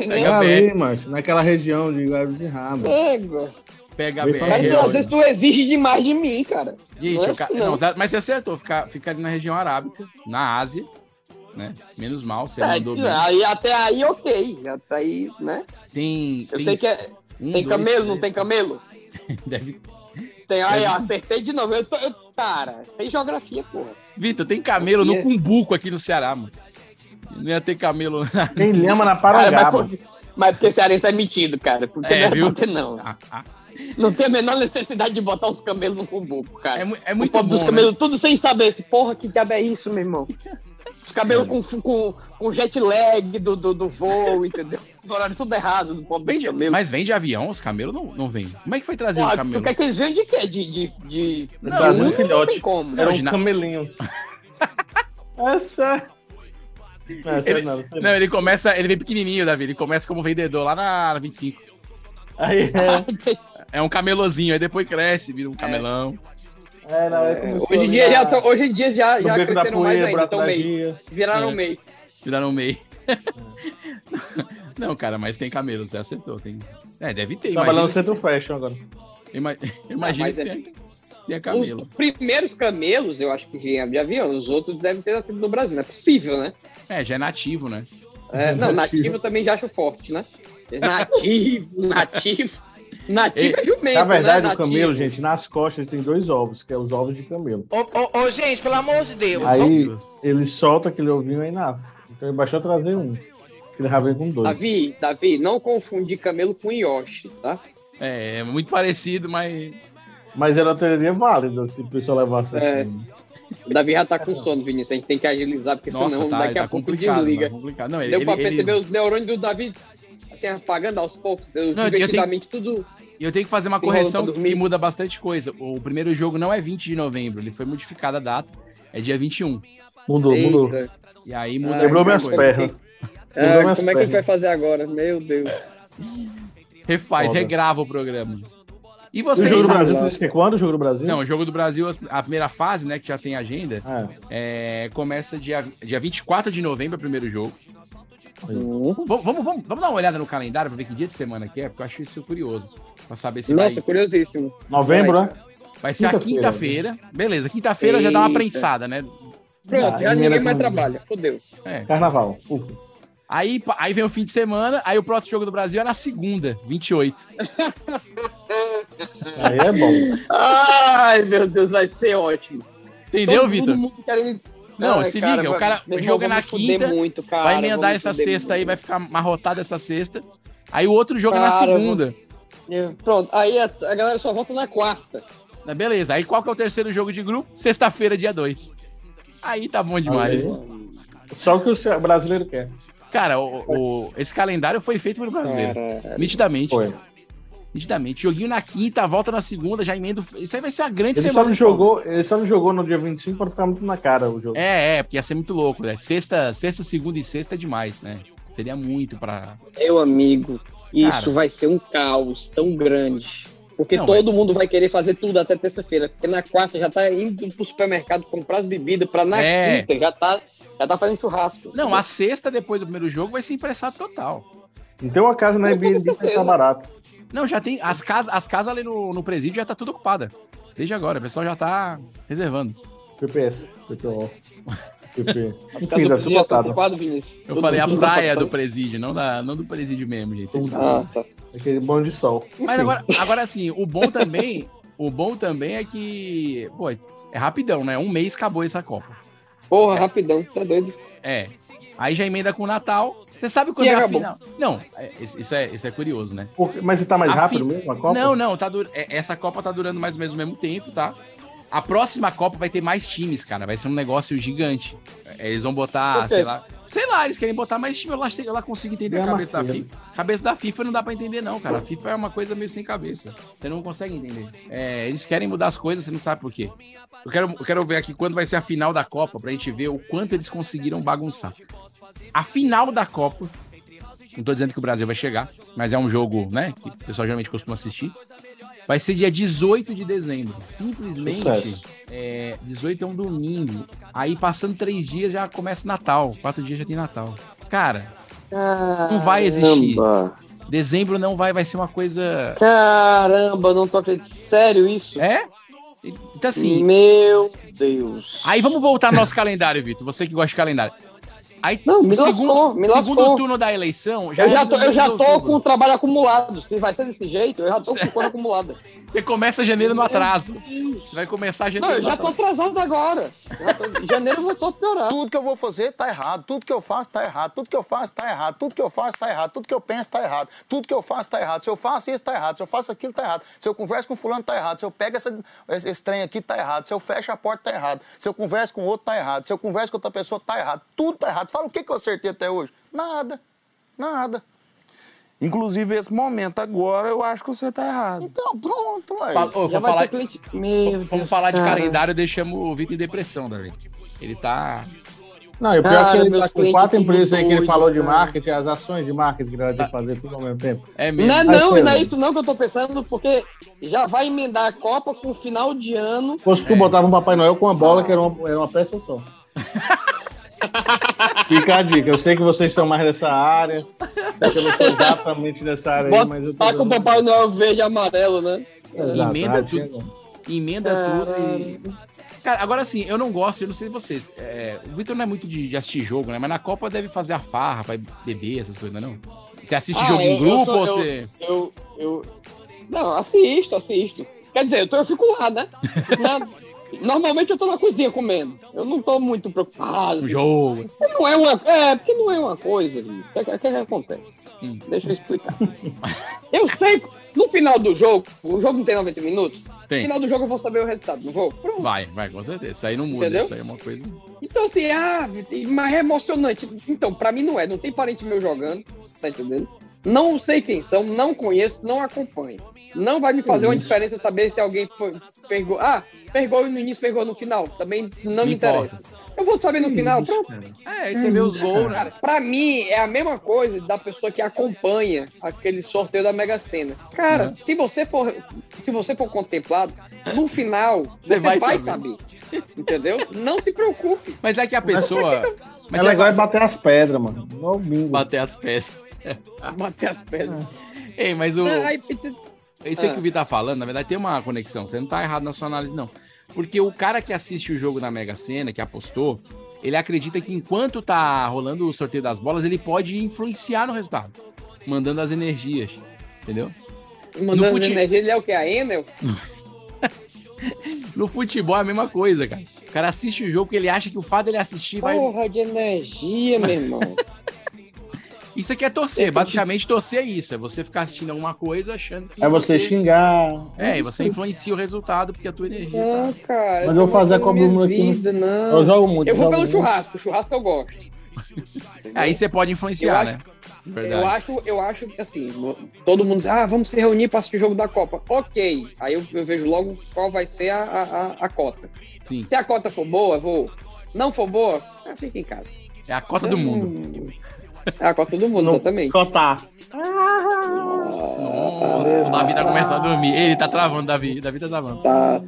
[SPEAKER 5] Pega
[SPEAKER 2] a
[SPEAKER 5] ali, mano. Naquela região de Guarulhos de Rabo.
[SPEAKER 3] Pega.
[SPEAKER 2] Pega a
[SPEAKER 5] Vem
[SPEAKER 2] BR.
[SPEAKER 5] pra
[SPEAKER 3] Mas tu,
[SPEAKER 5] real,
[SPEAKER 3] às vezes tu exige demais de mim, cara.
[SPEAKER 2] Gente,
[SPEAKER 3] Não é
[SPEAKER 2] o ca-
[SPEAKER 3] isso,
[SPEAKER 2] não,
[SPEAKER 3] não.
[SPEAKER 2] Zé- mas você acertou, fica, fica ali na região arábica, na Ásia, né? Menos mal, você mandou bem.
[SPEAKER 3] É, aí, até aí, ok. Até aí, né?
[SPEAKER 2] Tem,
[SPEAKER 3] Eu
[SPEAKER 2] tem
[SPEAKER 3] sei que é,
[SPEAKER 2] um,
[SPEAKER 3] tem
[SPEAKER 2] dois,
[SPEAKER 3] camelo, não tem
[SPEAKER 2] três,
[SPEAKER 3] camelo?
[SPEAKER 2] deve-
[SPEAKER 3] Tem,
[SPEAKER 2] É.
[SPEAKER 3] aí, ó, acertei de novo. Eu tô, eu, cara, sem geografia, porra.
[SPEAKER 2] Vitor, tem camelo no
[SPEAKER 3] É.
[SPEAKER 2] Cumbuco aqui no Ceará, mano. Não ia ter camelo. <laughs>
[SPEAKER 5] Tem lema na
[SPEAKER 3] Cara, mas,
[SPEAKER 5] Paragaba.
[SPEAKER 3] por- mas porque cearense é metido, cara. Porque
[SPEAKER 2] É,
[SPEAKER 3] não é
[SPEAKER 2] viu?
[SPEAKER 3] pra ter, não. Não tem a menor necessidade de botar os camelos no cumbuco, cara.
[SPEAKER 2] É, mu- é
[SPEAKER 3] o
[SPEAKER 2] muito
[SPEAKER 3] povo
[SPEAKER 2] bom,
[SPEAKER 3] dos
[SPEAKER 2] né?
[SPEAKER 3] camelos, tudo sem saber esse porra, que diabo é isso, meu irmão? Os cabelos
[SPEAKER 2] É.
[SPEAKER 3] com, com, com jet lag do, do, do voo, entendeu? Os horários tudo errado do pobre
[SPEAKER 2] Vem
[SPEAKER 3] dos
[SPEAKER 2] de-
[SPEAKER 3] camelos.
[SPEAKER 2] mas vem de avião, os camelos não, não vêm. Como é que foi trazer o
[SPEAKER 3] Porra, Ah, tu
[SPEAKER 2] camelo?
[SPEAKER 3] quer que eles venham de quê? De. de, de...
[SPEAKER 5] No
[SPEAKER 2] Não,
[SPEAKER 5] Brasil,
[SPEAKER 2] mas-
[SPEAKER 5] um filhote.
[SPEAKER 3] tem como.
[SPEAKER 5] Era um <laughs>
[SPEAKER 2] Não,
[SPEAKER 5] camelinho. Essa. É Não, essa
[SPEAKER 2] Ele-
[SPEAKER 5] não. essa
[SPEAKER 2] Não, ele começa, ele vem pequenininho, Davi. Ele começa como vendedor lá na, na 25.
[SPEAKER 5] Aí
[SPEAKER 3] <laughs>
[SPEAKER 5] é.
[SPEAKER 2] É um camelozinho, aí depois cresce, vira um camelão.
[SPEAKER 5] é, não, é como se
[SPEAKER 3] Hoje
[SPEAKER 5] fosse
[SPEAKER 3] em dia
[SPEAKER 5] na-
[SPEAKER 3] já, tão- hoje em dia já,
[SPEAKER 5] no
[SPEAKER 3] já
[SPEAKER 5] beco da
[SPEAKER 3] cresceram mais
[SPEAKER 5] poeira,
[SPEAKER 3] ainda, estão
[SPEAKER 5] Brasil.
[SPEAKER 3] meio. Viraram
[SPEAKER 2] É.
[SPEAKER 3] meio.
[SPEAKER 2] Viraram no meio. <laughs> Não, cara, mas tem camelo, você acertou. Tem... É, deve ter.
[SPEAKER 5] Trabalhando
[SPEAKER 2] Imagina,
[SPEAKER 5] no centro fashion agora.
[SPEAKER 2] ima- imagina
[SPEAKER 3] mas
[SPEAKER 2] que
[SPEAKER 3] é-
[SPEAKER 2] tem, tem
[SPEAKER 3] Os
[SPEAKER 2] camelo.
[SPEAKER 3] primeiros camelos, eu acho que vieram de avião. Os outros devem ter nascido no Brasil. Não é possível, né?
[SPEAKER 2] É, já é nativo, né?
[SPEAKER 3] É, não,
[SPEAKER 5] Nativo.
[SPEAKER 3] nativo eu também já acho forte, né? Nativo, <laughs> nativo. Nativo é jumento,
[SPEAKER 5] Na verdade,
[SPEAKER 3] né?
[SPEAKER 5] o camelo, gente, nas costas tem dois ovos, que é os ovos de camelo.
[SPEAKER 4] Ô, ô, ô, gente, pelo amor de Deus.
[SPEAKER 5] Aí ele solta aquele ovinho aí nasce. Então ele baixou trazer um. Ele já vem com dois.
[SPEAKER 3] Davi, Davi, não confunde camelo com Yoshi, tá?
[SPEAKER 2] É, é muito parecido, mas.
[SPEAKER 5] Mas ela teria válido se o pessoal levasse
[SPEAKER 3] É.
[SPEAKER 5] assim.
[SPEAKER 3] O Davi já tá com sono, Vinícius. A gente tem que agilizar, porque
[SPEAKER 2] Nossa,
[SPEAKER 3] senão
[SPEAKER 2] tá,
[SPEAKER 3] daqui
[SPEAKER 2] tá
[SPEAKER 3] a pouco
[SPEAKER 2] complicado.
[SPEAKER 3] desliga.
[SPEAKER 2] tá complicado. Não, ele,
[SPEAKER 3] Deu pra
[SPEAKER 2] ele-
[SPEAKER 3] perceber
[SPEAKER 2] ele-
[SPEAKER 3] os neurônios do Davi assim, apagando aos poucos. Eu,
[SPEAKER 2] Não, eu
[SPEAKER 3] divertidamente tudo
[SPEAKER 2] E eu tenho que fazer uma
[SPEAKER 3] Tem
[SPEAKER 2] correção
[SPEAKER 3] roupa do
[SPEAKER 2] que
[SPEAKER 3] Mickey.
[SPEAKER 2] muda bastante coisa. O primeiro jogo não é 20 de novembro, ele foi modificado a data. É dia 21.
[SPEAKER 5] Mudou, mudou.
[SPEAKER 3] Eita.
[SPEAKER 2] E aí
[SPEAKER 3] Ah,
[SPEAKER 2] muda.
[SPEAKER 5] Quebrou
[SPEAKER 2] muita
[SPEAKER 5] minhas
[SPEAKER 2] coisa.
[SPEAKER 5] pernas.
[SPEAKER 3] Ah,
[SPEAKER 5] minhas
[SPEAKER 3] como é que a gente
[SPEAKER 5] pernas.
[SPEAKER 3] vai fazer agora? Meu Deus.
[SPEAKER 2] Refaz,
[SPEAKER 5] Foda.
[SPEAKER 2] regrava o programa. E
[SPEAKER 5] E o
[SPEAKER 2] vocês
[SPEAKER 5] Jogo do
[SPEAKER 2] sabem-
[SPEAKER 5] Brasil, você tem quando o Jogo do Brasil?
[SPEAKER 2] Não, o Jogo do Brasil, a primeira fase, né, que já tem agenda,
[SPEAKER 5] Ah,
[SPEAKER 2] é, começa dia, dia 24 de novembro, é o primeiro jogo.
[SPEAKER 3] Hum.
[SPEAKER 2] Vamos, vamos, vamos, vamos dar uma olhada no calendário pra ver que dia de semana que é, porque eu acho isso curioso. Pra saber se
[SPEAKER 3] Nossa,
[SPEAKER 2] vai.
[SPEAKER 3] curiosíssimo.
[SPEAKER 5] novembro, né?
[SPEAKER 2] Vai ser a
[SPEAKER 5] quinta-feira.
[SPEAKER 2] quinta-feira. Beleza, quinta-feira já dá uma
[SPEAKER 3] Eita.
[SPEAKER 2] prensada, né?
[SPEAKER 3] Pronto,
[SPEAKER 5] Ah,
[SPEAKER 3] já
[SPEAKER 5] primeira
[SPEAKER 3] ninguém mais
[SPEAKER 5] coisa.
[SPEAKER 3] trabalha. Fodeu.
[SPEAKER 2] É.
[SPEAKER 5] Carnaval. Ufa.
[SPEAKER 2] Aí, pa- aí vem o fim de semana, aí o próximo jogo do Brasil é na segunda, 28.
[SPEAKER 5] Aí é bom.
[SPEAKER 3] Ai, meu Deus, vai ser ótimo.
[SPEAKER 2] Entendeu,
[SPEAKER 3] Todo
[SPEAKER 2] Vitor?
[SPEAKER 3] mundo querendo-
[SPEAKER 2] Não,
[SPEAKER 3] Ah,
[SPEAKER 2] se
[SPEAKER 3] cara,
[SPEAKER 2] liga, o cara
[SPEAKER 3] meu irmão,
[SPEAKER 2] joga
[SPEAKER 3] vou
[SPEAKER 2] na
[SPEAKER 3] me fuder
[SPEAKER 2] quinta,
[SPEAKER 3] muito, cara,
[SPEAKER 2] vai
[SPEAKER 3] vou
[SPEAKER 2] emendar
[SPEAKER 3] me
[SPEAKER 2] essa
[SPEAKER 3] fuder
[SPEAKER 2] sexta aí, vai
[SPEAKER 3] muito.
[SPEAKER 2] ficar amarrotado essa sexta. Aí o outro joga na
[SPEAKER 3] Cara, eu vou-
[SPEAKER 2] segunda.
[SPEAKER 3] É, Pronto, aí a, a galera só volta na quarta.
[SPEAKER 2] Tá, beleza. Aí qual que é o terceiro jogo de grupo? Sexta-feira, dia 2. Aí tá bom demais.
[SPEAKER 5] Aí, é Só o que o ce- brasileiro quer.
[SPEAKER 2] Cara, o- o- esse calendário foi feito pelo brasileiro.
[SPEAKER 5] É.
[SPEAKER 3] Cara,
[SPEAKER 2] Nitidamente.
[SPEAKER 5] Foi.
[SPEAKER 2] Nitidamente. Joguinho na quinta, volta na segunda, já emenda. o- Isso aí vai ser a grande
[SPEAKER 5] Ele só,
[SPEAKER 2] semana.
[SPEAKER 5] não
[SPEAKER 2] de folga.
[SPEAKER 5] jogou, ele só não jogou no dia 25 pra ficar muito na cara o jogo.
[SPEAKER 2] É, é, porque ia ser muito louco, né? Sexta, sexta, segunda e sexta é demais, né? Seria muito pra.
[SPEAKER 3] meu amigo, isso
[SPEAKER 2] Cara.
[SPEAKER 3] vai ser um caos tão grande. Porque
[SPEAKER 2] Não, é.
[SPEAKER 3] todo mundo vai querer fazer tudo até terça-feira. Porque na quarta já tá indo pro supermercado comprar as bebidas, pra na
[SPEAKER 2] É.
[SPEAKER 3] quinta já tá, já tá fazendo churrasco.
[SPEAKER 2] Não, a sexta depois do primeiro jogo vai ser impressado total.
[SPEAKER 5] Então a casa na
[SPEAKER 3] Com
[SPEAKER 5] Airbnb vai
[SPEAKER 3] certeza.
[SPEAKER 5] estar barata.
[SPEAKER 2] Não, já tem. As casas as casas ali no, no presídio já tá tudo ocupada. Desde agora, o pessoal já tá reservando.
[SPEAKER 5] PPS, PPO. PP.
[SPEAKER 3] Fica
[SPEAKER 5] Enfim, tá
[SPEAKER 3] tudo
[SPEAKER 5] tudo
[SPEAKER 3] já tá
[SPEAKER 5] lotado.
[SPEAKER 3] ocupado, Vinícius.
[SPEAKER 2] Eu
[SPEAKER 3] Tudo-
[SPEAKER 2] falei a
[SPEAKER 3] tudo
[SPEAKER 2] praia
[SPEAKER 3] tá
[SPEAKER 2] do presídio, não, da, não do presídio mesmo, gente. vocês sabem.
[SPEAKER 3] Ah, tá.
[SPEAKER 5] Aquele banho de sol.
[SPEAKER 2] Mas
[SPEAKER 5] Enfim,
[SPEAKER 2] agora, agora assim, o bom também, o bom também é que, pô, é rapidão, né? Um mês acabou essa Copa.
[SPEAKER 3] Porra, rapidão, tá doido.
[SPEAKER 2] É. Aí já emenda com o Natal. Você sabe quando
[SPEAKER 3] E
[SPEAKER 2] é a
[SPEAKER 3] acabou.
[SPEAKER 2] final? Não, é, isso é, isso é curioso, né?
[SPEAKER 5] porque- mas tá mais
[SPEAKER 2] A
[SPEAKER 5] rápido
[SPEAKER 2] fi-
[SPEAKER 5] mesmo a Copa?
[SPEAKER 2] Não, não, tá dur- é- essa Copa tá durando mais ou menos o mesmo tempo, tá? A próxima Copa vai ter mais times, cara. Vai ser um negócio gigante. É, Eles vão botar,
[SPEAKER 3] Por quê?
[SPEAKER 2] sei lá. Sei lá, eles querem botar mais time. Eu lá, eu lá consigo entender
[SPEAKER 5] É
[SPEAKER 2] a cabeça da
[SPEAKER 5] marqueiro.
[SPEAKER 2] FIFA. Cabeça da FIFA não dá pra entender, não, cara. A FIFA é uma coisa meio sem cabeça. Você não consegue entender. É, eles querem mudar as coisas, você não sabe por quê. Eu quero, eu quero ver aqui quando vai ser a final da Copa, pra gente ver o quanto eles conseguiram bagunçar. A final da Copa. Não tô dizendo que o Brasil vai chegar, mas é um jogo, né? Que o pessoal geralmente costuma assistir. Vai ser dia 18 de dezembro. Simplesmente,
[SPEAKER 5] Sucesso.
[SPEAKER 2] é, 18 é um domingo. Aí, passando três dias, já começa o Natal. Quatro dias já tem Natal. Cara, não vai existir.
[SPEAKER 3] Caramba.
[SPEAKER 2] Dezembro não vai, vai ser uma coisa.
[SPEAKER 3] Caramba, não tô acreditando. Sério isso?
[SPEAKER 2] É? Então, assim, Ah,
[SPEAKER 3] Meu Deus.
[SPEAKER 2] Aí vamos voltar ao nosso calendário, Vitor. Você que gosta de calendário. Aí,
[SPEAKER 3] Não, me
[SPEAKER 2] segundo,
[SPEAKER 3] lascou, me
[SPEAKER 2] segundo
[SPEAKER 3] lascou.
[SPEAKER 2] turno da eleição,
[SPEAKER 3] eu já
[SPEAKER 2] é
[SPEAKER 3] tô, eu
[SPEAKER 2] domingo
[SPEAKER 3] já
[SPEAKER 2] de
[SPEAKER 3] tô com
[SPEAKER 2] outubro.
[SPEAKER 3] o trabalho acumulado. Se vai ser desse jeito, eu já tô com o
[SPEAKER 2] <laughs>
[SPEAKER 3] acumulado.
[SPEAKER 2] Você começa janeiro no atraso. Você vai começar
[SPEAKER 3] Não,
[SPEAKER 2] janeiro
[SPEAKER 3] eu
[SPEAKER 2] no
[SPEAKER 3] já tô
[SPEAKER 2] atraso.
[SPEAKER 3] atrasado agora. Já tô- em janeiro eu vou só piorar.
[SPEAKER 10] Tudo que eu vou fazer tá errado, tudo que eu faço tá errado, tudo que eu faço tá errado, tudo que eu faço tá errado, tudo que eu penso tá errado, tudo que eu faço tá errado. Se eu faço isso tá errado, se eu faço aquilo tá errado, se eu converso com fulano tá errado, se eu pego essa- esse, esse trem aqui tá errado, se eu fecho a porta tá errado, se eu converso com outro tá errado, se eu converso com outra pessoa tá errado, tudo tá errado. Fala o que, que eu acertei até hoje? Nada, nada.
[SPEAKER 11] Inclusive, esse momento agora, eu acho que você tá errado.
[SPEAKER 10] Então pronto, ué.
[SPEAKER 2] Fala- ô,
[SPEAKER 3] Já
[SPEAKER 2] vamos
[SPEAKER 3] vai
[SPEAKER 2] falar,
[SPEAKER 3] ter cliente. Meu
[SPEAKER 2] vamos
[SPEAKER 3] Deus,
[SPEAKER 2] falar de
[SPEAKER 3] cara.
[SPEAKER 2] calendário, deixamos o Vitor em depressão, Davi. Ele tá.
[SPEAKER 5] Não, e o pior
[SPEAKER 3] Cara,
[SPEAKER 5] é que ele
[SPEAKER 3] meus
[SPEAKER 5] tá com
[SPEAKER 3] clientes né?
[SPEAKER 5] quatro
[SPEAKER 3] tudo
[SPEAKER 5] empresas aí que ele
[SPEAKER 3] doido,
[SPEAKER 5] falou de
[SPEAKER 3] cara.
[SPEAKER 5] marketing, as ações de marketing que ele vai ter que fazer tudo ao mesmo tempo.
[SPEAKER 2] É mesmo.
[SPEAKER 3] Não, é
[SPEAKER 5] Mas,
[SPEAKER 3] não,
[SPEAKER 5] Pedro.
[SPEAKER 3] não é isso não que eu tô pensando, porque já vai emendar a Copa com o final de ano.
[SPEAKER 5] Fosse tu
[SPEAKER 2] É.
[SPEAKER 5] botava um Papai Noel com uma bola que era uma, era uma peça só. Fica a dica. Eu sei que vocês são mais dessa área. Sei que eu não sou exatamente dessa área aí, mas eu
[SPEAKER 3] Bota,
[SPEAKER 5] tô
[SPEAKER 3] tá com o
[SPEAKER 5] dando-
[SPEAKER 3] Papai Noel verde e amarelo, né?
[SPEAKER 5] Exato,
[SPEAKER 2] Emenda
[SPEAKER 5] ah,
[SPEAKER 2] tudo.
[SPEAKER 5] chega.
[SPEAKER 2] Emenda tudo e. Cara, agora sim, eu não gosto, eu não sei vocês. é, o Vitor não é muito de, de assistir jogo, né? Mas na Copa deve fazer a farra, vai beber, essas coisas, não? é não? Você assiste
[SPEAKER 3] Ah,
[SPEAKER 2] jogo
[SPEAKER 3] eu-
[SPEAKER 2] em
[SPEAKER 3] eu
[SPEAKER 2] grupo
[SPEAKER 3] sou-
[SPEAKER 2] ou
[SPEAKER 3] eu-
[SPEAKER 2] você.
[SPEAKER 3] Eu, eu. Não, assisto, assisto. Quer dizer, eu, tô- eu fico lá, né? Na- Normalmente eu tô na cozinha comendo. Eu não tô muito preocupado.
[SPEAKER 2] Um jogo.
[SPEAKER 3] Porque não é uma, é, porque não é uma coisa, Luiz. O que, que, que acontece?
[SPEAKER 2] Hum.
[SPEAKER 3] Deixa eu explicar. eu sei, no final do jogo, o jogo não tem 90 minutos? No
[SPEAKER 2] Tem.
[SPEAKER 3] final do jogo eu vou saber o resultado, não vou? Pronto.
[SPEAKER 2] Vai, vai, com certeza. Isso aí não muda,
[SPEAKER 3] Entendeu?
[SPEAKER 2] isso aí é uma coisa.
[SPEAKER 3] Então, é, assim, ah, mas é emocionante. Então, pra mim não é. Não tem parente meu jogando, tá entendendo? Não sei quem são, não conheço, não acompanho. Não vai me fazer uma diferença saber se alguém foi, fez gol. Ah, fez gol no início, fez gol no final. Também não me interessa. Eu vou saber no final, pronto.
[SPEAKER 2] É, aí você
[SPEAKER 3] <laughs>
[SPEAKER 2] vê os gols, né?
[SPEAKER 3] Cara, pra mim, é a mesma coisa da pessoa que acompanha aquele sorteio da Mega Sena. Cara,
[SPEAKER 2] Uhum.
[SPEAKER 3] se você for se você for contemplado, no final,
[SPEAKER 2] Você
[SPEAKER 3] você,
[SPEAKER 2] vai
[SPEAKER 3] vai,
[SPEAKER 2] saber.
[SPEAKER 3] saber. Entendeu? Não se preocupe.
[SPEAKER 2] Mas é que a pessoa. Mas
[SPEAKER 5] é
[SPEAKER 2] você
[SPEAKER 5] legal é
[SPEAKER 2] vai-
[SPEAKER 5] bater as pedras, mano. No bingo.
[SPEAKER 2] Bater as pedras.
[SPEAKER 3] Bater Ah. as pedras.
[SPEAKER 2] <laughs> Ei, mas o.
[SPEAKER 3] Ah, aí-
[SPEAKER 2] Isso aí que
[SPEAKER 3] Ah.
[SPEAKER 2] o Vitor tá falando, na verdade, tem uma conexão. Você não tá errado na sua análise, não. Porque o cara que assiste o jogo na Mega Sena, que apostou, ele acredita que enquanto tá rolando o sorteio das bolas, ele pode influenciar no resultado, mandando as energias, entendeu?
[SPEAKER 3] Mandando
[SPEAKER 2] fute-
[SPEAKER 3] energia, ele é o que? A Enel?
[SPEAKER 2] No futebol é a mesma coisa, cara. O cara assiste o jogo porque ele acha que o fato dele assistir vai.
[SPEAKER 3] Porra de energia, meu <laughs> irmão.
[SPEAKER 2] Isso aqui é torcer, basicamente torcer é isso. É você ficar assistindo alguma coisa achando que.
[SPEAKER 5] É você xingar.
[SPEAKER 2] É, e você influencia o resultado porque é a tua energia. tá?
[SPEAKER 3] Não, Ah, cara.
[SPEAKER 5] Mas eu vou fazer como
[SPEAKER 3] minha
[SPEAKER 5] o aqui. né?
[SPEAKER 3] vida, não.
[SPEAKER 5] Eu jogo né? muito.
[SPEAKER 3] Eu vou
[SPEAKER 5] jogo
[SPEAKER 3] pelo
[SPEAKER 5] muito.
[SPEAKER 3] churrasco. Churrasco eu gosto.
[SPEAKER 2] Aí você pode influenciar,
[SPEAKER 3] Eu
[SPEAKER 2] né? Verdade.
[SPEAKER 3] Eu acho, eu acho que assim, no- todo mundo diz, ah, vamos se reunir para assistir o jogo da Copa. Ok. Aí eu, eu vejo logo qual vai ser a, a, a- a cota.
[SPEAKER 2] Sim.
[SPEAKER 3] Se a cota for boa, vou. Não for boa, ah, fica em casa.
[SPEAKER 2] É a cota do
[SPEAKER 3] um-
[SPEAKER 2] mundo.
[SPEAKER 3] É a cota do mundo, exatamente.
[SPEAKER 5] Cotar.
[SPEAKER 2] Nossa, o Davi tá começando a dormir. Ele tá travando, Davi. Davi tá travando.
[SPEAKER 3] Tá.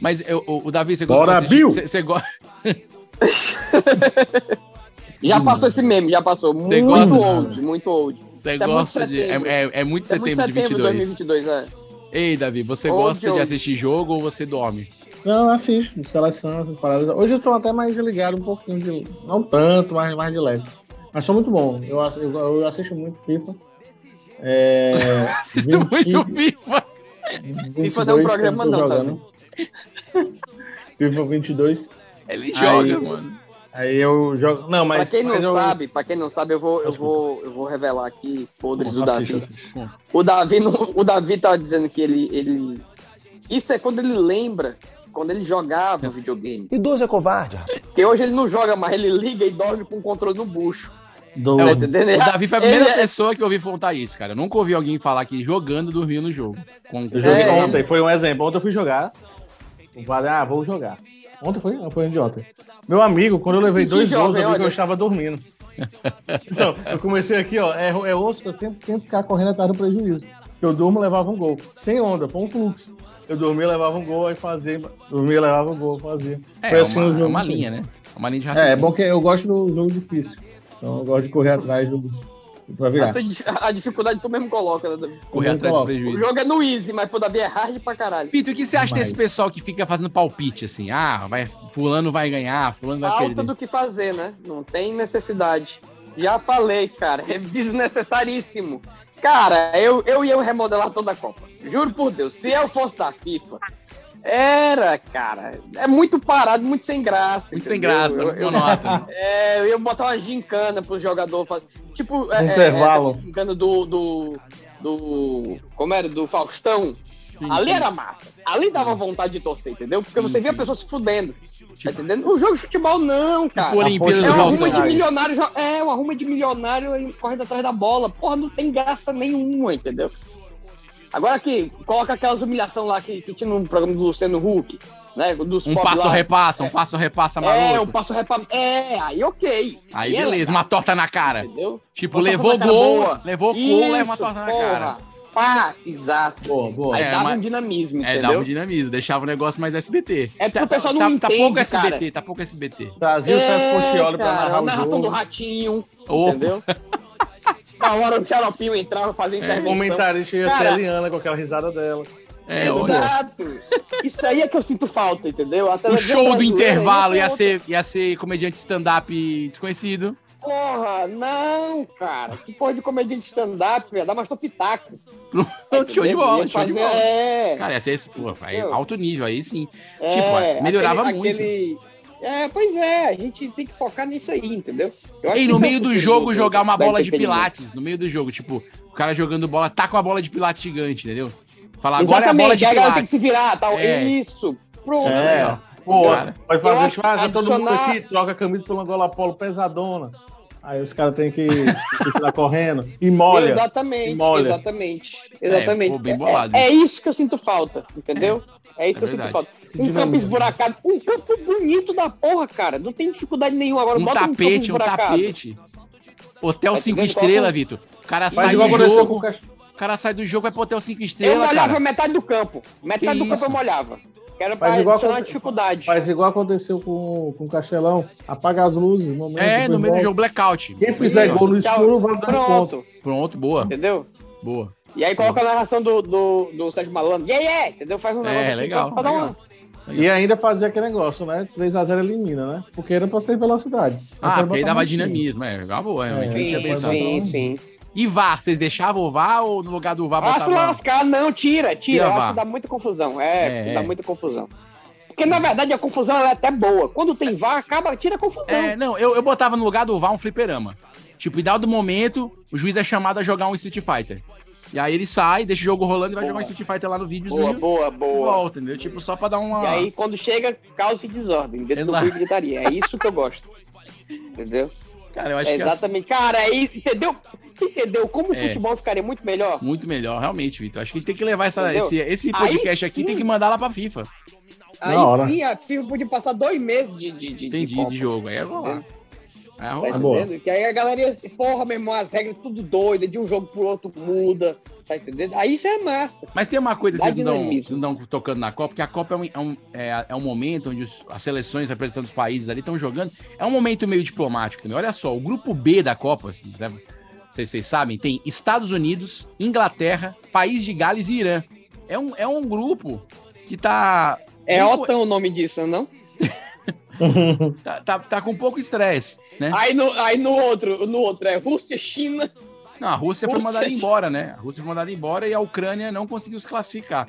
[SPEAKER 2] Mas eu- o, o Davi, você
[SPEAKER 5] Bora,
[SPEAKER 2] de assistir-
[SPEAKER 5] Bill!
[SPEAKER 2] Você, você go- <laughs> Hum.
[SPEAKER 3] Já passou esse meme, já passou. Muito
[SPEAKER 2] gosta?
[SPEAKER 3] old, muito old.
[SPEAKER 2] você
[SPEAKER 3] Isso é muito
[SPEAKER 2] gosta de. É,
[SPEAKER 3] setembro.
[SPEAKER 2] é- é muito
[SPEAKER 3] Isso é
[SPEAKER 2] setembro de 22.
[SPEAKER 3] 2022, é.
[SPEAKER 2] Ei, Davi, você
[SPEAKER 3] Ô,
[SPEAKER 2] gosta de
[SPEAKER 3] Diogo.
[SPEAKER 2] assistir jogo ou você dorme? <laughs>
[SPEAKER 5] Não, eu assisto. Seleção, essas paradas. Hoje eu tô até mais ligado um pouquinho de. Não tanto, mas mais de leve. Mas sou muito bom. Eu, ass- eu, eu assisto muito FIFA. É,
[SPEAKER 2] Assisto muito FIFA.
[SPEAKER 3] FIFA não é um programa não, tá?
[SPEAKER 2] <laughs>
[SPEAKER 5] FIFA 22.
[SPEAKER 2] Ele
[SPEAKER 5] Aí-
[SPEAKER 2] joga, mano.
[SPEAKER 5] Aí eu jogo. Não, mas.
[SPEAKER 3] pra quem não
[SPEAKER 5] mas eu-
[SPEAKER 3] sabe, pra quem não sabe, eu vou, eu vou, eu vou revelar aqui podres do
[SPEAKER 5] Assista.
[SPEAKER 3] Davi. O Davi, não- o Davi tava dizendo que ele, ele. Isso é quando ele lembra, quando ele jogava o videogame.
[SPEAKER 6] Idoso é covarde, rapaz.
[SPEAKER 3] Porque hoje ele não joga mais, ele liga e dorme com o controle no bucho. tá
[SPEAKER 5] Do...
[SPEAKER 2] É, o,
[SPEAKER 3] entendendo?
[SPEAKER 2] o Davi foi a primeira
[SPEAKER 3] Ele é-
[SPEAKER 2] pessoa que eu ouvi contar isso, cara. Eu nunca ouvi alguém falar que jogando dormiu no jogo. Com,
[SPEAKER 5] Eu joguei
[SPEAKER 3] É,
[SPEAKER 5] ontem, foi um exemplo. Ontem eu fui jogar. Eu falei, ah, vou jogar. Ontem foi? Não, foi de ontem. Meu amigo, quando eu levei
[SPEAKER 3] Que
[SPEAKER 5] dois gols,
[SPEAKER 3] jovem,
[SPEAKER 5] meu amigo, eu
[SPEAKER 3] olha.
[SPEAKER 5] estava dormindo. Então, eu comecei aqui, ó, é, é osso que eu sempre tenho que ficar correndo atrás do prejuízo. Eu durmo, levava um gol. Sem onda, foi um fluxo. Eu dormia, levava um gol, aí fazia. Dormia, levava um gol, fazia.
[SPEAKER 2] É,
[SPEAKER 5] foi
[SPEAKER 2] é
[SPEAKER 5] assim
[SPEAKER 2] uma,
[SPEAKER 5] o jogo.
[SPEAKER 2] é uma
[SPEAKER 5] inteiro.
[SPEAKER 2] linha, né? É uma linha de
[SPEAKER 5] É,
[SPEAKER 2] raciocínio.
[SPEAKER 5] é bom que eu gosto do jogo difícil. Então eu gosto de correr atrás do. Pra
[SPEAKER 3] A,
[SPEAKER 5] virar.
[SPEAKER 3] tua di- a dificuldade tu mesmo coloca, né, Davi?
[SPEAKER 2] correr atrás do
[SPEAKER 5] coloco.
[SPEAKER 3] O
[SPEAKER 2] prejuízo.
[SPEAKER 3] jogo é no easy, mas pro Davi é hard pra caralho.
[SPEAKER 2] Pito, o que você acha
[SPEAKER 5] Mas-
[SPEAKER 2] desse pessoal que fica fazendo palpite assim? Ah, vai, fulano vai ganhar, fulano vai
[SPEAKER 3] Falta
[SPEAKER 2] perder.
[SPEAKER 3] do que fazer, né? Não tem necessidade. Já falei, cara, é desnecessaríssimo. Cara, eu, eu ia remodelar toda a Copa. Juro por Deus, se eu fosse da FIFA, era, cara, é muito parado, muito sem graça.
[SPEAKER 2] Muito sem
[SPEAKER 3] entendeu?
[SPEAKER 2] graça,
[SPEAKER 3] Eu-
[SPEAKER 2] muito
[SPEAKER 3] eu- <laughs>
[SPEAKER 2] monótono.
[SPEAKER 3] É, eu ia botar uma gincana pro jogador fazer. Tipo, é,
[SPEAKER 5] Intervalo.
[SPEAKER 3] É, é, gincana do, do. do. Como era? Do Faustão. ali era massa. Ali dava vontade de torcer, entendeu? Porque você via a pessoa se fudendo. Tá entendendo? O jogo de futebol não, cara.
[SPEAKER 2] Tipo Olimpíada
[SPEAKER 3] é
[SPEAKER 2] do
[SPEAKER 5] um
[SPEAKER 3] uma
[SPEAKER 2] Faustão.
[SPEAKER 3] arruma de milionário. jo- É, uma arruma de milionário e correndo atrás da bola. Porra, não tem graça nenhuma, entendeu? Agora aqui, coloca aquelas humilhações lá que, que tinha no programa do Luciano Huck, né? Dos
[SPEAKER 2] Um
[SPEAKER 3] pobres
[SPEAKER 2] passo
[SPEAKER 3] lá.
[SPEAKER 2] repassa, um passo repassa
[SPEAKER 3] É, eu
[SPEAKER 2] maluco.
[SPEAKER 3] passo reparo. É, aí ok.
[SPEAKER 2] Aí
[SPEAKER 3] é
[SPEAKER 2] beleza,
[SPEAKER 3] legal,
[SPEAKER 2] uma torta na cara.
[SPEAKER 3] Entendeu?
[SPEAKER 2] Tipo,
[SPEAKER 3] Uma
[SPEAKER 2] levou
[SPEAKER 3] torta na cara
[SPEAKER 2] gol,
[SPEAKER 3] boa.
[SPEAKER 2] levou gol, leva uma
[SPEAKER 3] Isso,
[SPEAKER 2] torta na
[SPEAKER 3] porra.
[SPEAKER 2] cara.
[SPEAKER 3] Pá, exato.
[SPEAKER 5] Boa, boa.
[SPEAKER 3] Aí
[SPEAKER 2] É,
[SPEAKER 3] dava
[SPEAKER 2] mas-
[SPEAKER 3] um dinamismo,
[SPEAKER 2] É, dava
[SPEAKER 3] entendeu?
[SPEAKER 2] um dinamismo, deixava o negócio mais SBT.
[SPEAKER 3] É porque o pessoal não
[SPEAKER 2] tá, tá
[SPEAKER 3] entende,
[SPEAKER 2] pouco
[SPEAKER 3] cara. É,
[SPEAKER 2] SBT, tá pouco SBT.
[SPEAKER 5] Trazia o
[SPEAKER 2] é,
[SPEAKER 5] Sérgio Portioli pra
[SPEAKER 3] cara,
[SPEAKER 5] narrar
[SPEAKER 3] a
[SPEAKER 5] o
[SPEAKER 3] narração do
[SPEAKER 5] jogo.
[SPEAKER 3] ratinho,
[SPEAKER 2] Opa. <laughs>
[SPEAKER 3] entendeu? Na hora o xaropinho entrava, fazia intervenção.
[SPEAKER 5] Comentarista ia ser a
[SPEAKER 3] Cara,
[SPEAKER 5] Eliana com aquela risada dela.
[SPEAKER 2] então. É, olha.
[SPEAKER 3] Exato. Isso aí é que eu sinto falta, entendeu? A
[SPEAKER 2] O
[SPEAKER 3] televisão
[SPEAKER 2] show do
[SPEAKER 3] brasileira
[SPEAKER 2] intervalo
[SPEAKER 3] é
[SPEAKER 2] ia
[SPEAKER 3] outra.
[SPEAKER 2] ser, ia ser comediante stand-up desconhecido.
[SPEAKER 3] Porra, não, cara. Que porra de comediante de stand-up, ia dar mais pra pitaco.
[SPEAKER 2] um show de
[SPEAKER 3] entendeu?
[SPEAKER 2] bola,
[SPEAKER 3] Ia
[SPEAKER 2] show de
[SPEAKER 3] fazer-
[SPEAKER 2] bola.
[SPEAKER 3] É,
[SPEAKER 2] Cara, ia ser esse, pô, aí,
[SPEAKER 3] Entendeu?
[SPEAKER 2] alto nível aí sim.
[SPEAKER 3] É,
[SPEAKER 2] Tipo, é, melhorava
[SPEAKER 3] aquele-
[SPEAKER 2] muito.
[SPEAKER 3] aquele- É, pois é, a gente tem que focar nisso aí, entendeu? Eu acho
[SPEAKER 2] E
[SPEAKER 3] que
[SPEAKER 2] no
[SPEAKER 3] isso é
[SPEAKER 2] meio
[SPEAKER 3] <laughs> o
[SPEAKER 2] do
[SPEAKER 3] futuro
[SPEAKER 2] jogo
[SPEAKER 3] do-
[SPEAKER 2] jogar uma
[SPEAKER 3] da
[SPEAKER 2] bola de
[SPEAKER 3] entretenimento.
[SPEAKER 2] pilates, no meio do jogo, tipo, o cara jogando bola, tá com a bola de pilates gigante, entendeu? Fala, agora é a bola
[SPEAKER 3] Exatamente,
[SPEAKER 2] de
[SPEAKER 3] aí a galera tem que
[SPEAKER 2] pilates.
[SPEAKER 3] se virar, tal.
[SPEAKER 2] É.
[SPEAKER 3] Isso, pronto.
[SPEAKER 5] É,
[SPEAKER 2] legal.
[SPEAKER 5] pô,
[SPEAKER 2] Cara,
[SPEAKER 5] pode
[SPEAKER 3] eu
[SPEAKER 5] fazer
[SPEAKER 3] acho
[SPEAKER 5] churrasco, todo mundo
[SPEAKER 3] adicionar-
[SPEAKER 5] aqui troca a camisa pelo Angola Polo pesadona. Aí os caras têm que <laughs> ficar correndo e molha.
[SPEAKER 3] Exatamente,
[SPEAKER 5] E molha.
[SPEAKER 3] exatamente. Exatamente.
[SPEAKER 5] ficou bem bolado.
[SPEAKER 3] É, é isso que eu sinto falta, entendeu? É, isso
[SPEAKER 5] É
[SPEAKER 3] que eu sinto
[SPEAKER 5] verdade.
[SPEAKER 3] falta. Um
[SPEAKER 5] Dinâmica,
[SPEAKER 3] campo
[SPEAKER 5] né?
[SPEAKER 3] esburacado. Um campo bonito da porra, cara. Não tem dificuldade nenhuma agora.
[SPEAKER 2] Um
[SPEAKER 3] Bota campo
[SPEAKER 2] tapete, um
[SPEAKER 3] esburacado.
[SPEAKER 2] tapete. Hotel
[SPEAKER 3] Tá
[SPEAKER 2] 5
[SPEAKER 3] entendendo?
[SPEAKER 2] estrelas,
[SPEAKER 3] Coloca um-
[SPEAKER 2] Vitor. O cara
[SPEAKER 3] Mas
[SPEAKER 2] sai
[SPEAKER 3] igual
[SPEAKER 2] do
[SPEAKER 3] aconteceu
[SPEAKER 2] jogo.
[SPEAKER 3] com o Cach-
[SPEAKER 2] O cara sai do jogo, vai pro hotel 5
[SPEAKER 3] Eu
[SPEAKER 2] estrelas,
[SPEAKER 3] molhava
[SPEAKER 2] cara.
[SPEAKER 3] metade do campo. Metade
[SPEAKER 2] Que
[SPEAKER 3] do campo eu
[SPEAKER 2] isso?
[SPEAKER 3] molhava. Que era
[SPEAKER 5] Faz
[SPEAKER 3] pra
[SPEAKER 5] igual
[SPEAKER 3] tirar uma
[SPEAKER 5] aconte-
[SPEAKER 3] dificuldade.
[SPEAKER 5] Faz igual aconteceu com, com o Castelão. Apaga as luzes. No momento,
[SPEAKER 2] É, no
[SPEAKER 5] depois
[SPEAKER 2] meio do
[SPEAKER 5] volta.
[SPEAKER 2] jogo, blackout.
[SPEAKER 5] Quem fizer gol no escuro vai dar
[SPEAKER 3] Pronto.
[SPEAKER 5] ponto.
[SPEAKER 2] Pronto, boa.
[SPEAKER 3] Entendeu?
[SPEAKER 2] Boa.
[SPEAKER 3] E aí coloca a narração do, do, do Sérgio Malandro. Yeah, yeah! Entendeu? Faz um
[SPEAKER 5] É,
[SPEAKER 3] negócio
[SPEAKER 5] legal,
[SPEAKER 3] pra dar uma-
[SPEAKER 5] legal. E ainda fazer aquele negócio, né? 3x0 elimina, né? Porque era pra ter velocidade.
[SPEAKER 2] Ah, porque aí dava
[SPEAKER 5] dinamite.
[SPEAKER 2] dinamismo, é. Ah, boa, é,
[SPEAKER 5] É,
[SPEAKER 2] eu tinha
[SPEAKER 5] sim,
[SPEAKER 2] pensado.
[SPEAKER 5] sim,
[SPEAKER 2] E VAR, vocês deixavam o VAR ou no lugar do VAR
[SPEAKER 3] Ah, se
[SPEAKER 2] botava...
[SPEAKER 3] lascar, não, tira,
[SPEAKER 2] Tira,
[SPEAKER 3] tira. Eu acho
[SPEAKER 2] vá.
[SPEAKER 3] que dá muita confusão. É,
[SPEAKER 2] É,
[SPEAKER 3] dá
[SPEAKER 2] é.
[SPEAKER 3] muita confusão. Porque, na verdade, a confusão ela é até boa. Quando tem VAR, acaba, tira a confusão.
[SPEAKER 2] É, não, eu, eu botava no lugar do VAR um fliperama. Tipo, em dado momento, o juiz é chamado a jogar um Street Fighter. E aí ele sai, deixa o jogo rolando e vai
[SPEAKER 3] Boa.
[SPEAKER 2] jogar um Street Fighter lá no vídeo.
[SPEAKER 3] Boa, boa, boa.
[SPEAKER 2] Volta, entendeu? Tipo, só pra dar uma...
[SPEAKER 3] E aí, quando chega, causa e desordem. Dentro
[SPEAKER 2] Exato.
[SPEAKER 3] do cu e gritaria. É isso que eu
[SPEAKER 2] <laughs>
[SPEAKER 3] gosto. Entendeu?
[SPEAKER 2] Cara, eu acho
[SPEAKER 3] É
[SPEAKER 2] que é
[SPEAKER 3] Exatamente. Cara, aí, entendeu? Entendeu? Como o
[SPEAKER 2] É.
[SPEAKER 3] futebol ficaria muito melhor?
[SPEAKER 2] muito melhor, realmente, Vitor. Acho que a gente tem que levar essa,
[SPEAKER 3] Entendeu?
[SPEAKER 2] esse, esse
[SPEAKER 3] Aí
[SPEAKER 2] podcast aqui, tem
[SPEAKER 3] sim.
[SPEAKER 2] que mandar lá pra FIFA.
[SPEAKER 3] Aí
[SPEAKER 2] Na hora.
[SPEAKER 3] sim, a FIFA podia passar dois meses de, de, de,
[SPEAKER 2] Entendi,
[SPEAKER 3] Copa.
[SPEAKER 2] de jogo. Aí é rolar. Aí é
[SPEAKER 3] Tá
[SPEAKER 2] rolar.
[SPEAKER 3] entendendo? Que aí a galera ia assim, porra, meu irmão, as regras tudo doida, de um jogo pro outro muda. Tá entendendo? Aí isso é massa.
[SPEAKER 2] Mas tem uma coisa que
[SPEAKER 3] Dá
[SPEAKER 2] vocês não dão,
[SPEAKER 3] dinamismo.
[SPEAKER 2] vocês não dão tocando na Copa, que a Copa é um, é um- é- é um momento onde os- as seleções representando os países ali estão jogando. É um momento meio diplomático também. Olha só, o grupo B da Copa, assim, né? vocês, vocês sabem, tem Estados Unidos, Inglaterra, País de Gales e Irã. É um, é um grupo que tá.
[SPEAKER 3] É
[SPEAKER 2] bem co-
[SPEAKER 3] OTAN o nome disso, não?
[SPEAKER 2] tá, tá, tá com pouco estresse, né?
[SPEAKER 3] Aí no, aí no outro, no outro é Rússia, China.
[SPEAKER 2] Não, a Rússia, foi
[SPEAKER 3] Rússia.
[SPEAKER 2] mandada embora, né? A Rússia foi mandada embora e a Ucrânia não conseguiu se classificar.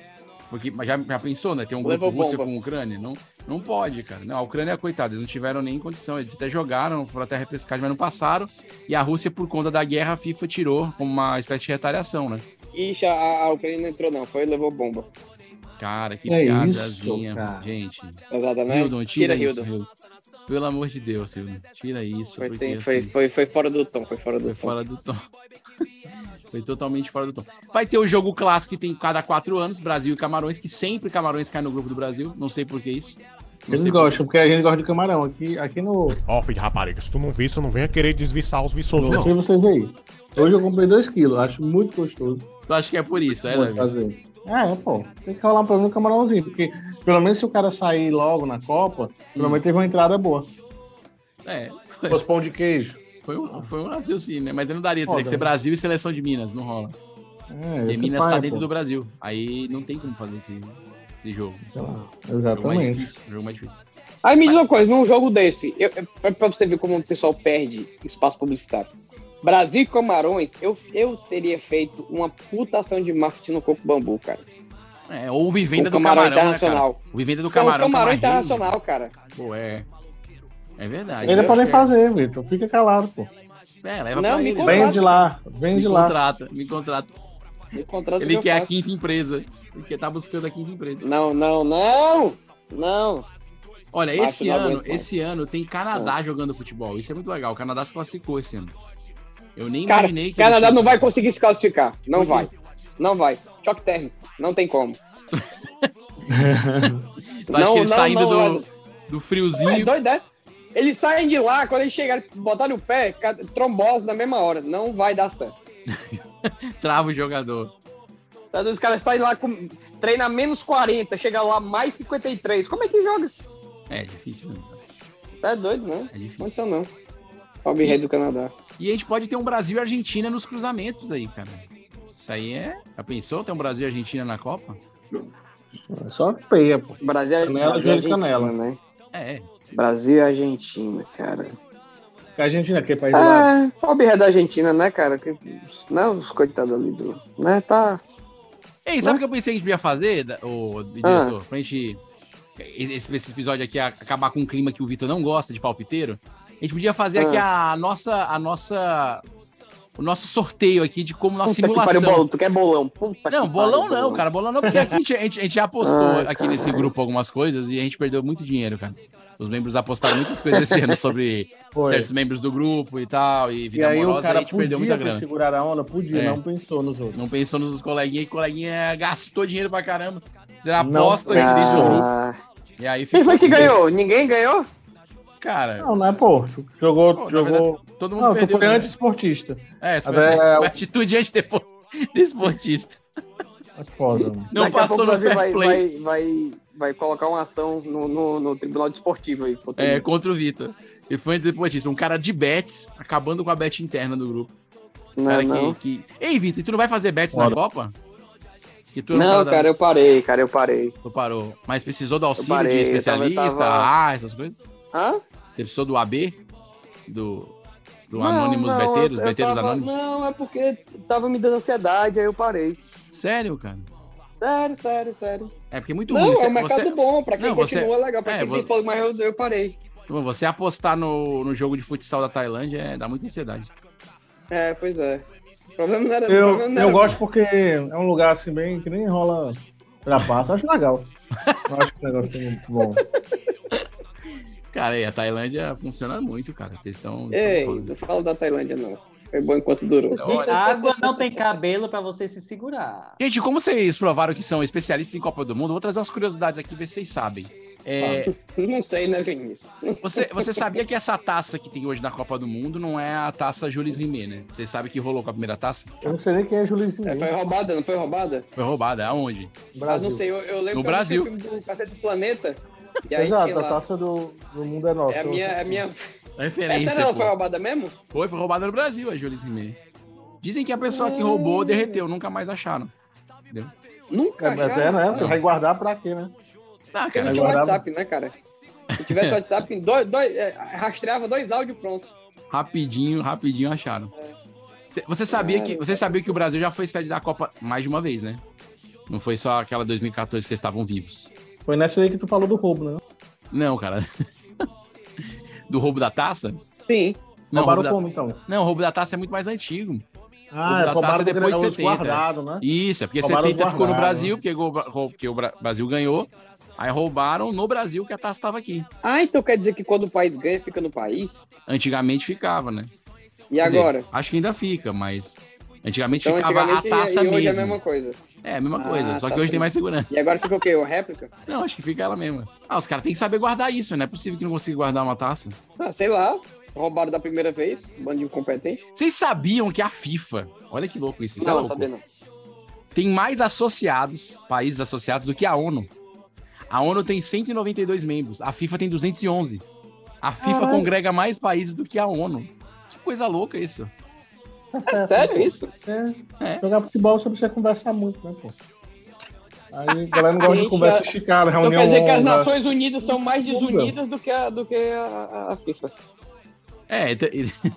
[SPEAKER 2] Porque mas já, já pensou, né? Tem um grupo
[SPEAKER 3] Levou
[SPEAKER 2] Rússia
[SPEAKER 3] bomba.
[SPEAKER 2] com Ucrânia? Não, não pode, cara. Não, a Ucrânia, coitada, eles não tiveram nem condição. Eles até jogaram, foram até repescagem, mas não passaram. E a Rússia, por conta da guerra, a FIFA tirou como uma espécie de retaliação, né?
[SPEAKER 3] Ixi, a, a Ucrânia não entrou, não. Foi e levou bomba.
[SPEAKER 2] Cara, que
[SPEAKER 5] É isso,
[SPEAKER 2] piadazinha,
[SPEAKER 5] cara.
[SPEAKER 2] gente.
[SPEAKER 3] Exatamente.
[SPEAKER 2] Hildon,
[SPEAKER 3] né? Tira,
[SPEAKER 2] tira, isso,
[SPEAKER 3] Hildon.
[SPEAKER 2] Hildon. Pelo amor de Deus, Hildon. Tira isso.
[SPEAKER 3] Foi,
[SPEAKER 2] porque,
[SPEAKER 3] sim, foi,
[SPEAKER 2] assim,
[SPEAKER 3] foi, foi fora do tom, foi fora do
[SPEAKER 2] Foi
[SPEAKER 3] tom.
[SPEAKER 2] fora do tom. Foi totalmente fora do tom. Vai ter o jogo clássico que tem cada quatro anos, Brasil e Camarões, que sempre Camarões cai no grupo do Brasil. Não sei por que isso. Não
[SPEAKER 5] Eles
[SPEAKER 2] sei por
[SPEAKER 5] gostam, porque a gente gosta de camarão. Aqui, aqui no.
[SPEAKER 12] Ó, filho de rapariga, se tu não viça, não venha querer desviçar os viçosos,
[SPEAKER 5] Não sei
[SPEAKER 12] não.
[SPEAKER 5] vocês aí. Hoje eu comprei 2kg, acho muito gostoso.
[SPEAKER 2] Tu acha que é por isso, é,
[SPEAKER 5] Vou
[SPEAKER 2] Davi?
[SPEAKER 5] fazer. É, pô, tem que rolar pelo menos um camarãozinho, porque pelo menos se o cara sair logo na Copa, pelo menos teve uma entrada boa.
[SPEAKER 2] É.
[SPEAKER 5] Os pão de queijo.
[SPEAKER 2] Foi um, foi um raciocínio, né? Mas eu não daria, teria
[SPEAKER 5] Foda,
[SPEAKER 2] que ser
[SPEAKER 5] né?
[SPEAKER 2] Brasil e seleção de Minas, não rola.
[SPEAKER 5] É,
[SPEAKER 2] Porque
[SPEAKER 5] esse
[SPEAKER 2] Minas
[SPEAKER 5] pai,
[SPEAKER 2] tá dentro
[SPEAKER 5] pô.
[SPEAKER 2] do Brasil. Aí não tem como fazer esse, esse jogo.
[SPEAKER 5] Sei lá,
[SPEAKER 2] Jogo mais
[SPEAKER 5] exatamente.
[SPEAKER 2] difícil, jogo mais difícil.
[SPEAKER 3] Aí me diz uma coisa, num jogo desse, eu, eu- pra, pra você ver como o pessoal perde espaço publicitário. Brasil e Camarões, eu, eu teria feito uma putação de marketing no Coco Bambu, cara.
[SPEAKER 2] É, ou vivenda
[SPEAKER 3] O
[SPEAKER 2] do
[SPEAKER 3] Camarão
[SPEAKER 2] camarão, né, cara?
[SPEAKER 3] Internacional.
[SPEAKER 2] O vivenda do
[SPEAKER 3] Então,
[SPEAKER 2] camarão.
[SPEAKER 3] o Camarão
[SPEAKER 2] Camarrei,
[SPEAKER 3] Internacional, cara.
[SPEAKER 2] Pô, é. É verdade.
[SPEAKER 5] Ainda
[SPEAKER 2] Eu
[SPEAKER 5] podem
[SPEAKER 2] acho que é.
[SPEAKER 5] fazer, Vitor. Fica calado, pô.
[SPEAKER 2] É, leva
[SPEAKER 3] Não,
[SPEAKER 2] pra
[SPEAKER 3] me
[SPEAKER 2] ele.
[SPEAKER 3] contrata. Vende
[SPEAKER 5] lá, vende
[SPEAKER 2] me
[SPEAKER 5] lá.
[SPEAKER 2] Contrata, me contrata.
[SPEAKER 3] Me contrata
[SPEAKER 2] Ele
[SPEAKER 3] eu
[SPEAKER 2] quer a
[SPEAKER 3] faço.
[SPEAKER 2] quinta empresa. Porque tá buscando a quinta empresa.
[SPEAKER 3] Não, não, não! Não!
[SPEAKER 2] Olha,
[SPEAKER 3] Macho,
[SPEAKER 2] esse
[SPEAKER 3] não
[SPEAKER 2] ano,
[SPEAKER 3] aguento mais.
[SPEAKER 2] esse ano tem Canadá jogando futebol. Isso é muito legal. O Canadá se classificou esse ano. Eu nem
[SPEAKER 3] Cara,
[SPEAKER 2] imaginei que.
[SPEAKER 3] Canadá
[SPEAKER 2] eles-
[SPEAKER 3] não vai conseguir se classificar. Não
[SPEAKER 2] Por
[SPEAKER 3] vai.
[SPEAKER 2] quê?
[SPEAKER 3] Não vai. Choque térmico. Não tem como.
[SPEAKER 2] Tu acha que ele saindo do, do friozinho.
[SPEAKER 3] É doido, é? Eles saem de lá, quando eles chegarem, botar no pé, ca- trombose na mesma hora. Não vai dar certo. então.
[SPEAKER 2] trava o jogador.
[SPEAKER 3] Tá doido? Os caras saem lá, com, treina menos 40, chega lá mais 53. Como é que joga?
[SPEAKER 2] É difícil mesmo.
[SPEAKER 3] Tá doido, não?
[SPEAKER 2] É difícil.
[SPEAKER 3] Aconteceu não. Pobre rei do Canadá.
[SPEAKER 2] E a gente pode ter um Brasil e Argentina nos cruzamentos aí, cara. Isso aí é. Já pensou ter um Brasil e Argentina na Copa?
[SPEAKER 5] É Só peia, pô.
[SPEAKER 3] Brasil
[SPEAKER 5] Canela,
[SPEAKER 3] Brasil e
[SPEAKER 5] joelho de canela.
[SPEAKER 3] Argentina, né?
[SPEAKER 2] É.
[SPEAKER 3] Brasil e Argentina, cara.
[SPEAKER 5] Porque a Argentina que é país do lado.
[SPEAKER 3] É, pobre rei da Argentina, né, cara? Que, né, os coitados ali do... Né, tá...
[SPEAKER 2] Ei, sabe o que eu pensei que a gente ia fazer, da- ô, diretor? Pra gente. Esse, esse episódio aqui acabar com um clima que o Vitor não gosta de palpiteiro. A gente podia fazer aqui a nossa, a nossa o nosso sorteio aqui de como nossa
[SPEAKER 3] Puta que
[SPEAKER 2] simulação.
[SPEAKER 3] pariu, bolão. Tu quer bolão? Puta
[SPEAKER 2] não,
[SPEAKER 3] que
[SPEAKER 2] bolão
[SPEAKER 3] pariu,
[SPEAKER 2] não, cara. Bolão não, porque aqui a gente, a gente- a gente já apostou
[SPEAKER 3] Ai,
[SPEAKER 2] aqui
[SPEAKER 3] caralho.
[SPEAKER 2] nesse grupo algumas coisas e a gente perdeu muito dinheiro, cara. Os membros apostaram muitas coisas esse ano sobre
[SPEAKER 5] <laughs>
[SPEAKER 3] é.
[SPEAKER 5] Foi.
[SPEAKER 2] certos membros do grupo e tal, e
[SPEAKER 5] E
[SPEAKER 2] vida
[SPEAKER 5] aí
[SPEAKER 2] amorosa,
[SPEAKER 5] o cara
[SPEAKER 2] a gente perdeu
[SPEAKER 5] podia
[SPEAKER 2] muita
[SPEAKER 5] pra
[SPEAKER 2] grana.
[SPEAKER 5] segurar a onda, podia,
[SPEAKER 2] É.
[SPEAKER 5] não pensou nos outros.
[SPEAKER 2] Não pensou nos coleguinhas, e coleguinha gastou dinheiro pra caramba. Fizeram
[SPEAKER 5] Não.
[SPEAKER 2] aposta que dentro do grupo.
[SPEAKER 3] Ah.
[SPEAKER 2] E aí
[SPEAKER 3] Quem foi que
[SPEAKER 2] assim,
[SPEAKER 3] ganhou? Ninguém ganhou?
[SPEAKER 2] Cara,
[SPEAKER 5] Não, não é, pô. Jogou.
[SPEAKER 2] Pô, na
[SPEAKER 5] jogou...
[SPEAKER 2] verdade, todo mundo
[SPEAKER 5] não,
[SPEAKER 2] perdeu,
[SPEAKER 5] tu foi
[SPEAKER 2] né?
[SPEAKER 5] anti-esportista.
[SPEAKER 2] é, isso foi
[SPEAKER 5] Mas
[SPEAKER 2] uma
[SPEAKER 5] é-
[SPEAKER 2] atitude anti-esportista.
[SPEAKER 5] Tá Foda, mano.
[SPEAKER 2] Não
[SPEAKER 3] Daqui a
[SPEAKER 2] passou
[SPEAKER 3] pouco
[SPEAKER 2] no
[SPEAKER 3] o Davi
[SPEAKER 2] fair
[SPEAKER 3] vai,
[SPEAKER 2] play.
[SPEAKER 3] vai, vai, vai colocar uma ação no, no, no Tribunal Desportivo aí. contra
[SPEAKER 2] É,
[SPEAKER 3] ele.
[SPEAKER 2] contra o Vitor. E foi anti-esportista. Um cara de bets, acabando com a bet interna do grupo. Um
[SPEAKER 3] Não, é
[SPEAKER 2] cara
[SPEAKER 3] não.
[SPEAKER 2] Que, que... Ei, Vitor, e tu não vai fazer bets na
[SPEAKER 3] Foda.
[SPEAKER 2] Copa? Que tu era um
[SPEAKER 3] Não,
[SPEAKER 2] da-
[SPEAKER 3] cara, eu parei, cara, eu parei.
[SPEAKER 2] Tu parou. Mas precisou do auxílio
[SPEAKER 3] parei,
[SPEAKER 2] de
[SPEAKER 3] eu
[SPEAKER 2] especialista,
[SPEAKER 3] tava- tava-
[SPEAKER 2] ah, essas coisas?
[SPEAKER 3] Hã?
[SPEAKER 2] Você precisou do AB? Do, do
[SPEAKER 3] Não,
[SPEAKER 2] Anônimos
[SPEAKER 3] não,
[SPEAKER 2] Beteiros?
[SPEAKER 3] eu- eu
[SPEAKER 2] Beteiros
[SPEAKER 3] tava-
[SPEAKER 2] Anônimos?
[SPEAKER 3] Não, é porque tava me dando ansiedade, aí eu parei.
[SPEAKER 2] Sério, cara?
[SPEAKER 3] Sério, sério, sério.
[SPEAKER 2] É porque é muito ruim.
[SPEAKER 3] não,
[SPEAKER 2] Você-
[SPEAKER 3] é um mercado
[SPEAKER 2] você-
[SPEAKER 3] bom, pra quem
[SPEAKER 2] Não, você-
[SPEAKER 3] continua legal, pra
[SPEAKER 2] é,
[SPEAKER 3] quem
[SPEAKER 2] vo-
[SPEAKER 3] tem fome, mas eu, eu parei.
[SPEAKER 2] Bom, Você apostar no, no jogo de futsal da Tailândia é, dá muita ansiedade.
[SPEAKER 3] É, pois é. O problema <laughs> não era. o
[SPEAKER 5] Eu,
[SPEAKER 3] problema não era-
[SPEAKER 5] eu gosto porque é um lugar assim bem que nem rola trapaça. Acho legal. Eu acho que o negócio é muito bom.
[SPEAKER 2] Cara, e a Tailândia funciona muito, cara. Vocês estão.
[SPEAKER 3] Ei, não fala da Tailândia, não. Foi bom enquanto durou.
[SPEAKER 13] Água não tem cabelo pra você se segurar.
[SPEAKER 2] Gente, como vocês provaram que são especialistas em Copa do Mundo, eu vou trazer umas curiosidades aqui, ver se vocês sabem. É,
[SPEAKER 3] Não sei, né, Vinícius?
[SPEAKER 2] você, você sabia que essa taça que tem hoje na Copa do Mundo não é a taça Jules Rimet, né? Vocês sabem que rolou com a primeira taça?
[SPEAKER 5] Eu não sei nem quem é Julinho.
[SPEAKER 3] É, foi roubada, não foi roubada?
[SPEAKER 2] Foi roubada, aonde?
[SPEAKER 3] Ah, não sei, eu, eu lembro
[SPEAKER 2] No
[SPEAKER 3] que eu assisti
[SPEAKER 2] Brasil.
[SPEAKER 3] o filme do Cacete do Planeta. E aí tinha
[SPEAKER 5] Exato, tá a
[SPEAKER 3] lá.
[SPEAKER 5] taça do, do mundo é nossa.
[SPEAKER 3] É a minha. É a minha...
[SPEAKER 2] Referência,
[SPEAKER 3] É, sério, ela
[SPEAKER 2] pô.
[SPEAKER 3] foi roubada mesmo?
[SPEAKER 2] Foi, foi roubada no Brasil, a Jules Rimet. Dizem que a pessoa
[SPEAKER 5] Hum.
[SPEAKER 2] que roubou derreteu, nunca mais acharam. Entendeu?
[SPEAKER 3] Nunca
[SPEAKER 5] É, mas é, né? Você vai guardar pra quê, né?
[SPEAKER 2] Ah,
[SPEAKER 3] Porque
[SPEAKER 2] cara,
[SPEAKER 3] não tinha
[SPEAKER 5] guardava-
[SPEAKER 3] WhatsApp, né, cara? Se
[SPEAKER 2] <laughs>
[SPEAKER 3] tivesse WhatsApp, em dois, dois, é, rastreava dois áudios pronto.
[SPEAKER 2] tipo, Rapidinho, rapidinho acharam. Cê- Você
[SPEAKER 5] É.
[SPEAKER 2] sabia que você sabia que o Brasil já foi sede da Copa mais de uma vez, né? Não foi só aquela 2014 que vocês estavam vivos.
[SPEAKER 5] Foi nessa aí que tu falou do roubo, né?
[SPEAKER 2] Não, cara. <laughs> Do roubo da taça?
[SPEAKER 3] Sim.
[SPEAKER 2] Não,
[SPEAKER 5] Roubaram
[SPEAKER 2] roubo da...
[SPEAKER 5] como, então?
[SPEAKER 2] Não, o roubo da taça é muito mais antigo.
[SPEAKER 5] Ah,
[SPEAKER 2] O roubo da
[SPEAKER 5] roubaram
[SPEAKER 2] taça é
[SPEAKER 5] porque
[SPEAKER 2] depois de
[SPEAKER 5] era os
[SPEAKER 2] 70.
[SPEAKER 5] guardado, né?
[SPEAKER 2] Isso, é porque
[SPEAKER 5] Roubaram né? os
[SPEAKER 2] 70 ficou no
[SPEAKER 5] guardado,
[SPEAKER 2] Brasil, porque, go- rou- porque o Bra- Brasil ganhou. Aí roubaram no Brasil que a taça estava aqui.
[SPEAKER 3] Ah, então quer dizer que quando o país ganha, fica no país?
[SPEAKER 2] Antigamente ficava, né?
[SPEAKER 3] E
[SPEAKER 2] Quer dizer,
[SPEAKER 3] agora?
[SPEAKER 2] acho que ainda fica, mas antigamente
[SPEAKER 3] Então,
[SPEAKER 2] ficava
[SPEAKER 3] antigamente
[SPEAKER 2] a taça
[SPEAKER 3] e hoje é a
[SPEAKER 2] mesmo.
[SPEAKER 3] mesma coisa.
[SPEAKER 2] É, a mesma
[SPEAKER 3] Ah,
[SPEAKER 2] coisa, só
[SPEAKER 3] tá
[SPEAKER 2] que hoje
[SPEAKER 3] certo.
[SPEAKER 2] tem mais segurança.
[SPEAKER 3] E agora fica o quê? O réplica?
[SPEAKER 2] Não, acho que fica ela mesma. Ah, os caras têm que saber guardar isso, né? não é possível que não consiga guardar uma taça.
[SPEAKER 3] Ah, sei lá. Roubaram da primeira vez, bando de incompetente.
[SPEAKER 2] Vocês sabiam que a FIFA, olha que louco isso, isso é
[SPEAKER 3] não,
[SPEAKER 2] louco,
[SPEAKER 3] sabia não.
[SPEAKER 2] tem mais associados, países associados, do que a ONU. A ONU tem 192 membros, a FIFA tem 211. A FIFA
[SPEAKER 3] Caralho.
[SPEAKER 2] congrega mais países do que a ONU. Que coisa louca isso.
[SPEAKER 3] É sério isso?
[SPEAKER 5] É. Jogar futebol você precisa conversar muito, né, pô? Aí a galera não gosta de conversa esticada,
[SPEAKER 3] Então
[SPEAKER 5] reunião
[SPEAKER 3] quer dizer que as
[SPEAKER 5] longa.
[SPEAKER 3] Nações Unidas são mais desunidas do que a, do que a, a- a FIFA.
[SPEAKER 2] É, então- ele- <laughs>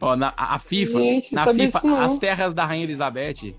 [SPEAKER 2] Ó, na, a a FIFA,
[SPEAKER 3] Gente,
[SPEAKER 2] na
[SPEAKER 3] sabia
[SPEAKER 2] FIFA,
[SPEAKER 3] isso não.
[SPEAKER 2] as terras da Rainha Elizabeth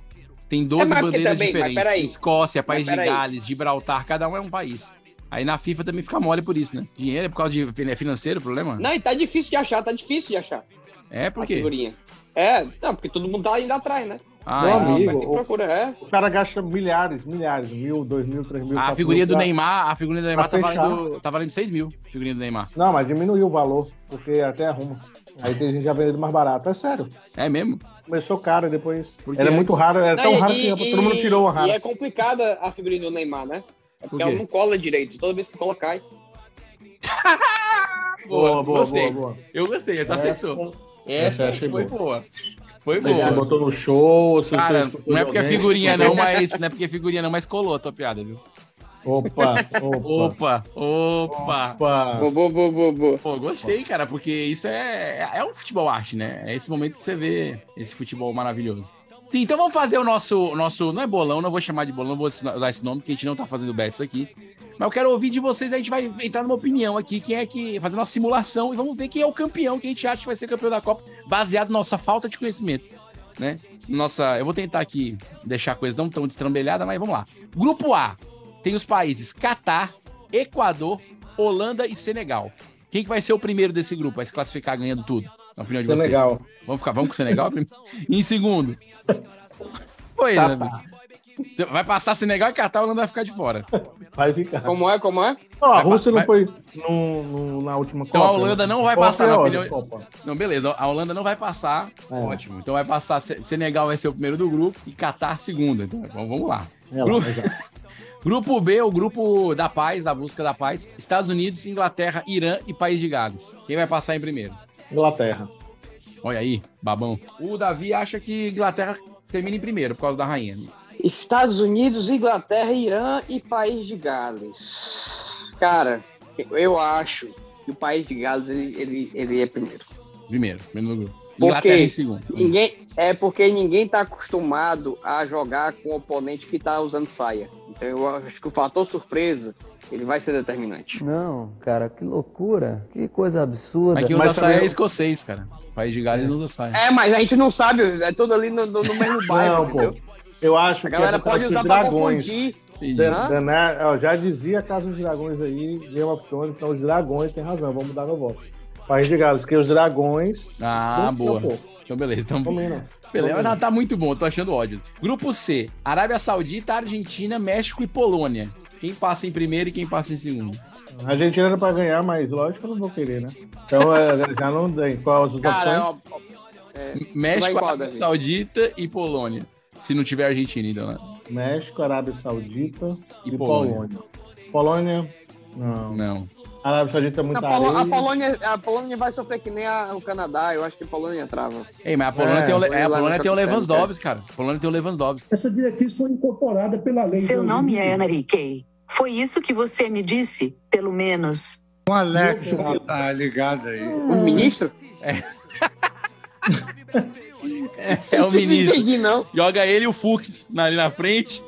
[SPEAKER 2] tem 12
[SPEAKER 3] mas porque
[SPEAKER 2] bandeiras
[SPEAKER 3] também, mas
[SPEAKER 2] diferentes.
[SPEAKER 3] peraí.
[SPEAKER 2] Escócia, País
[SPEAKER 3] Mas
[SPEAKER 2] de
[SPEAKER 3] peraí.
[SPEAKER 2] Gales, Gibraltar, cada um é um país. Aí na FIFA também fica mole por isso, né? Dinheiro é por causa de fin- é financeiro o problema?
[SPEAKER 3] Não, e tá difícil de achar, tá difícil de achar.
[SPEAKER 2] É por
[SPEAKER 3] A
[SPEAKER 2] quê?
[SPEAKER 3] figurinha. É, não, porque todo mundo tá ainda atrás, né?
[SPEAKER 2] Ah,
[SPEAKER 5] Meu
[SPEAKER 2] então.
[SPEAKER 5] amigo,
[SPEAKER 3] Mas tem que procurar, é.
[SPEAKER 5] O cara gasta milhares, milhares, mil, dois mil, três mil.
[SPEAKER 2] A
[SPEAKER 5] quatro
[SPEAKER 2] figurinha
[SPEAKER 5] mil,
[SPEAKER 2] do
[SPEAKER 5] pra-
[SPEAKER 2] Neymar, a figurinha do Neymar tá
[SPEAKER 5] pra fechar.
[SPEAKER 2] valendo, tá valendo 6 mil. a Figurinha do Neymar.
[SPEAKER 5] Não, mas diminuiu o valor, porque até arruma. Aí tem gente já vendendo mais barato. É sério.
[SPEAKER 2] É mesmo?
[SPEAKER 5] Começou caro depois.
[SPEAKER 2] Porque
[SPEAKER 5] Era muito
[SPEAKER 2] antes-
[SPEAKER 5] raro, era é
[SPEAKER 3] Não,
[SPEAKER 5] tão
[SPEAKER 3] e-
[SPEAKER 5] raro
[SPEAKER 3] e-
[SPEAKER 5] que todo mundo tirou o raro.
[SPEAKER 3] E é complicada a figurinha do Neymar, né? É
[SPEAKER 5] Por
[SPEAKER 3] porque
[SPEAKER 5] quê?
[SPEAKER 3] ela não cola direito. Toda vez que cola, cai.
[SPEAKER 5] Boa, boa,
[SPEAKER 2] gostei.
[SPEAKER 5] boa, boa.
[SPEAKER 2] Eu gostei, essa,
[SPEAKER 5] Essa-
[SPEAKER 2] acertou.
[SPEAKER 5] essa
[SPEAKER 2] Essa,
[SPEAKER 5] eu achei
[SPEAKER 2] foi
[SPEAKER 5] boa.
[SPEAKER 2] boa. Foi
[SPEAKER 5] Aí
[SPEAKER 2] boa.
[SPEAKER 5] Você botou no show, você
[SPEAKER 2] Cara,
[SPEAKER 5] fez-
[SPEAKER 2] não é porque é
[SPEAKER 5] alguém.
[SPEAKER 2] figurinha não, mas não é porque é figurinha não, mas colou a tua piada, viu?
[SPEAKER 5] Opa, opa.
[SPEAKER 2] Opa, opa.
[SPEAKER 5] Opa.
[SPEAKER 3] Boa, boa, boa, boa, boa.
[SPEAKER 2] Pô, gostei, cara, porque isso é é um futebol arte, né? É esse momento que você vê esse futebol maravilhoso. Sim, então vamos fazer o nosso nosso não é bolão, não vou chamar de bolão, não vou dar esse nome porque a gente não tá fazendo bets aqui. Mas eu quero ouvir de vocês, a gente vai entrar numa opinião aqui, quem é que fazer nossa simulação e vamos ver quem é o campeão, quem a gente acha que vai ser campeão da Copa, baseado na nossa falta de conhecimento, né? Nossa, eu vou tentar aqui deixar a coisa não tão destrambelhada, mas vamos lá. Grupo A tem os países Catar, Equador, Holanda e Senegal. Quem que vai ser o primeiro desse grupo a se classificar ganhando tudo? Na opinião de vocês.
[SPEAKER 5] Senegal.
[SPEAKER 2] Vamos, ficar, vamos com o Senegal primeiro? E em segundo? Pois
[SPEAKER 5] Tá,
[SPEAKER 2] né, bicho? Você Vai passar Senegal e Catar, a Holanda vai ficar de fora.
[SPEAKER 5] Vai ficar.
[SPEAKER 3] Como é, como é?
[SPEAKER 5] Ó, a
[SPEAKER 2] Vai
[SPEAKER 5] Rússia
[SPEAKER 2] pa-
[SPEAKER 5] não foi no- no- na última
[SPEAKER 2] Então
[SPEAKER 5] Copa.
[SPEAKER 2] a Holanda não vai
[SPEAKER 5] Copa
[SPEAKER 2] passar
[SPEAKER 5] é
[SPEAKER 2] na
[SPEAKER 5] óbvio,
[SPEAKER 2] opinião.
[SPEAKER 5] Copa.
[SPEAKER 2] Não, beleza. A Holanda não vai passar.
[SPEAKER 5] É.
[SPEAKER 2] Ótimo. Então vai passar. Se- Senegal vai ser o primeiro do grupo e Catar segundo. Então vamos vamos lá.
[SPEAKER 5] É lá,
[SPEAKER 2] <laughs> Grupo-
[SPEAKER 5] exato.
[SPEAKER 2] grupo B, o grupo da paz, da busca da paz. Estados Unidos, Inglaterra, Irã e País de Gales. Quem vai passar em primeiro?
[SPEAKER 5] Inglaterra.
[SPEAKER 2] Olha aí, babão. O Davi acha que Inglaterra termina em primeiro por causa da rainha.
[SPEAKER 3] Estados Unidos, Inglaterra, Irã e País de Gales. Cara, eu acho que o País de Gales ele, ele, ele é primeiro.
[SPEAKER 2] Primeiro, primeiro do grupo.
[SPEAKER 3] Por
[SPEAKER 2] Inglaterra
[SPEAKER 3] quê?
[SPEAKER 2] em segundo.
[SPEAKER 3] Ninguém, é porque ninguém tá acostumado a jogar com o oponente que tá usando saia. Então eu acho que o fator surpresa ele vai ser determinante.
[SPEAKER 14] Não, cara, que loucura. Que coisa absurda.
[SPEAKER 2] Mas quem usa saia é escocês, cara. País de Gales não usa saia.
[SPEAKER 3] É, mas a gente não sabe, é tudo ali no, no- no mesmo bairro,
[SPEAKER 5] Não,
[SPEAKER 3] entendeu?
[SPEAKER 5] pô. Eu acho
[SPEAKER 3] A galera
[SPEAKER 5] que é por
[SPEAKER 3] pode
[SPEAKER 5] causa
[SPEAKER 3] usar
[SPEAKER 5] dos
[SPEAKER 3] pra
[SPEAKER 5] dragões.
[SPEAKER 3] confundir. né?
[SPEAKER 5] Da- da- né? Ó, já dizia a Casa dos Dragões aí, Game of Thrones, então os dragões tem razão, vamos mudar meu voto. País de Gales, porque os dragões.
[SPEAKER 2] Ah,
[SPEAKER 5] Não,
[SPEAKER 2] boa.
[SPEAKER 5] pô.
[SPEAKER 2] Então, beleza. Então,
[SPEAKER 5] Combina.
[SPEAKER 2] beleza.
[SPEAKER 5] Combina.
[SPEAKER 2] Não, tá muito bom, tô achando ódio. Grupo C: Arábia Saudita, Argentina, México e Polônia. Quem passa em primeiro e quem passa em segundo?
[SPEAKER 5] A Argentina era pra ganhar, mas lógico que eu não vou querer, né? Então é, já não tem. Qual as outras
[SPEAKER 3] Cara,
[SPEAKER 5] opções?
[SPEAKER 3] ó, ó, é, vai em
[SPEAKER 2] México,
[SPEAKER 3] qual,
[SPEAKER 2] Arábia
[SPEAKER 3] Davi?
[SPEAKER 2] Saudita e Polônia. Se não tiver Argentina, então, né?
[SPEAKER 5] México, Arábia Saudita
[SPEAKER 2] E
[SPEAKER 5] e,
[SPEAKER 2] Polônia.
[SPEAKER 5] Polônia. Polônia, não.
[SPEAKER 2] Não.
[SPEAKER 5] A Arábia Saudita é muito
[SPEAKER 3] A, Polo- a
[SPEAKER 5] areia.
[SPEAKER 3] Polônia, a Polônia vai sofrer que nem a- o Canadá, eu acho que a Polônia trava.
[SPEAKER 2] Ei, mas a Polônia
[SPEAKER 5] É,
[SPEAKER 2] tem o, Le- é, a
[SPEAKER 3] lá no
[SPEAKER 2] Polônia tem o
[SPEAKER 3] Capitólio,
[SPEAKER 2] Lewandowski, cara. A Polônia tem o Lewandowski.
[SPEAKER 15] Essa diretriz foi incorporada pela lei.
[SPEAKER 16] Seu nome é Ana Riquet. Foi isso que você me disse, pelo menos.
[SPEAKER 17] O
[SPEAKER 15] né?
[SPEAKER 17] Alex já tá ligado aí.
[SPEAKER 3] O
[SPEAKER 5] Hum.
[SPEAKER 3] ministro? <laughs>
[SPEAKER 2] É o ministro. Tá
[SPEAKER 3] Não entendi, não.
[SPEAKER 2] Joga ele e o Fux na- ali na frente.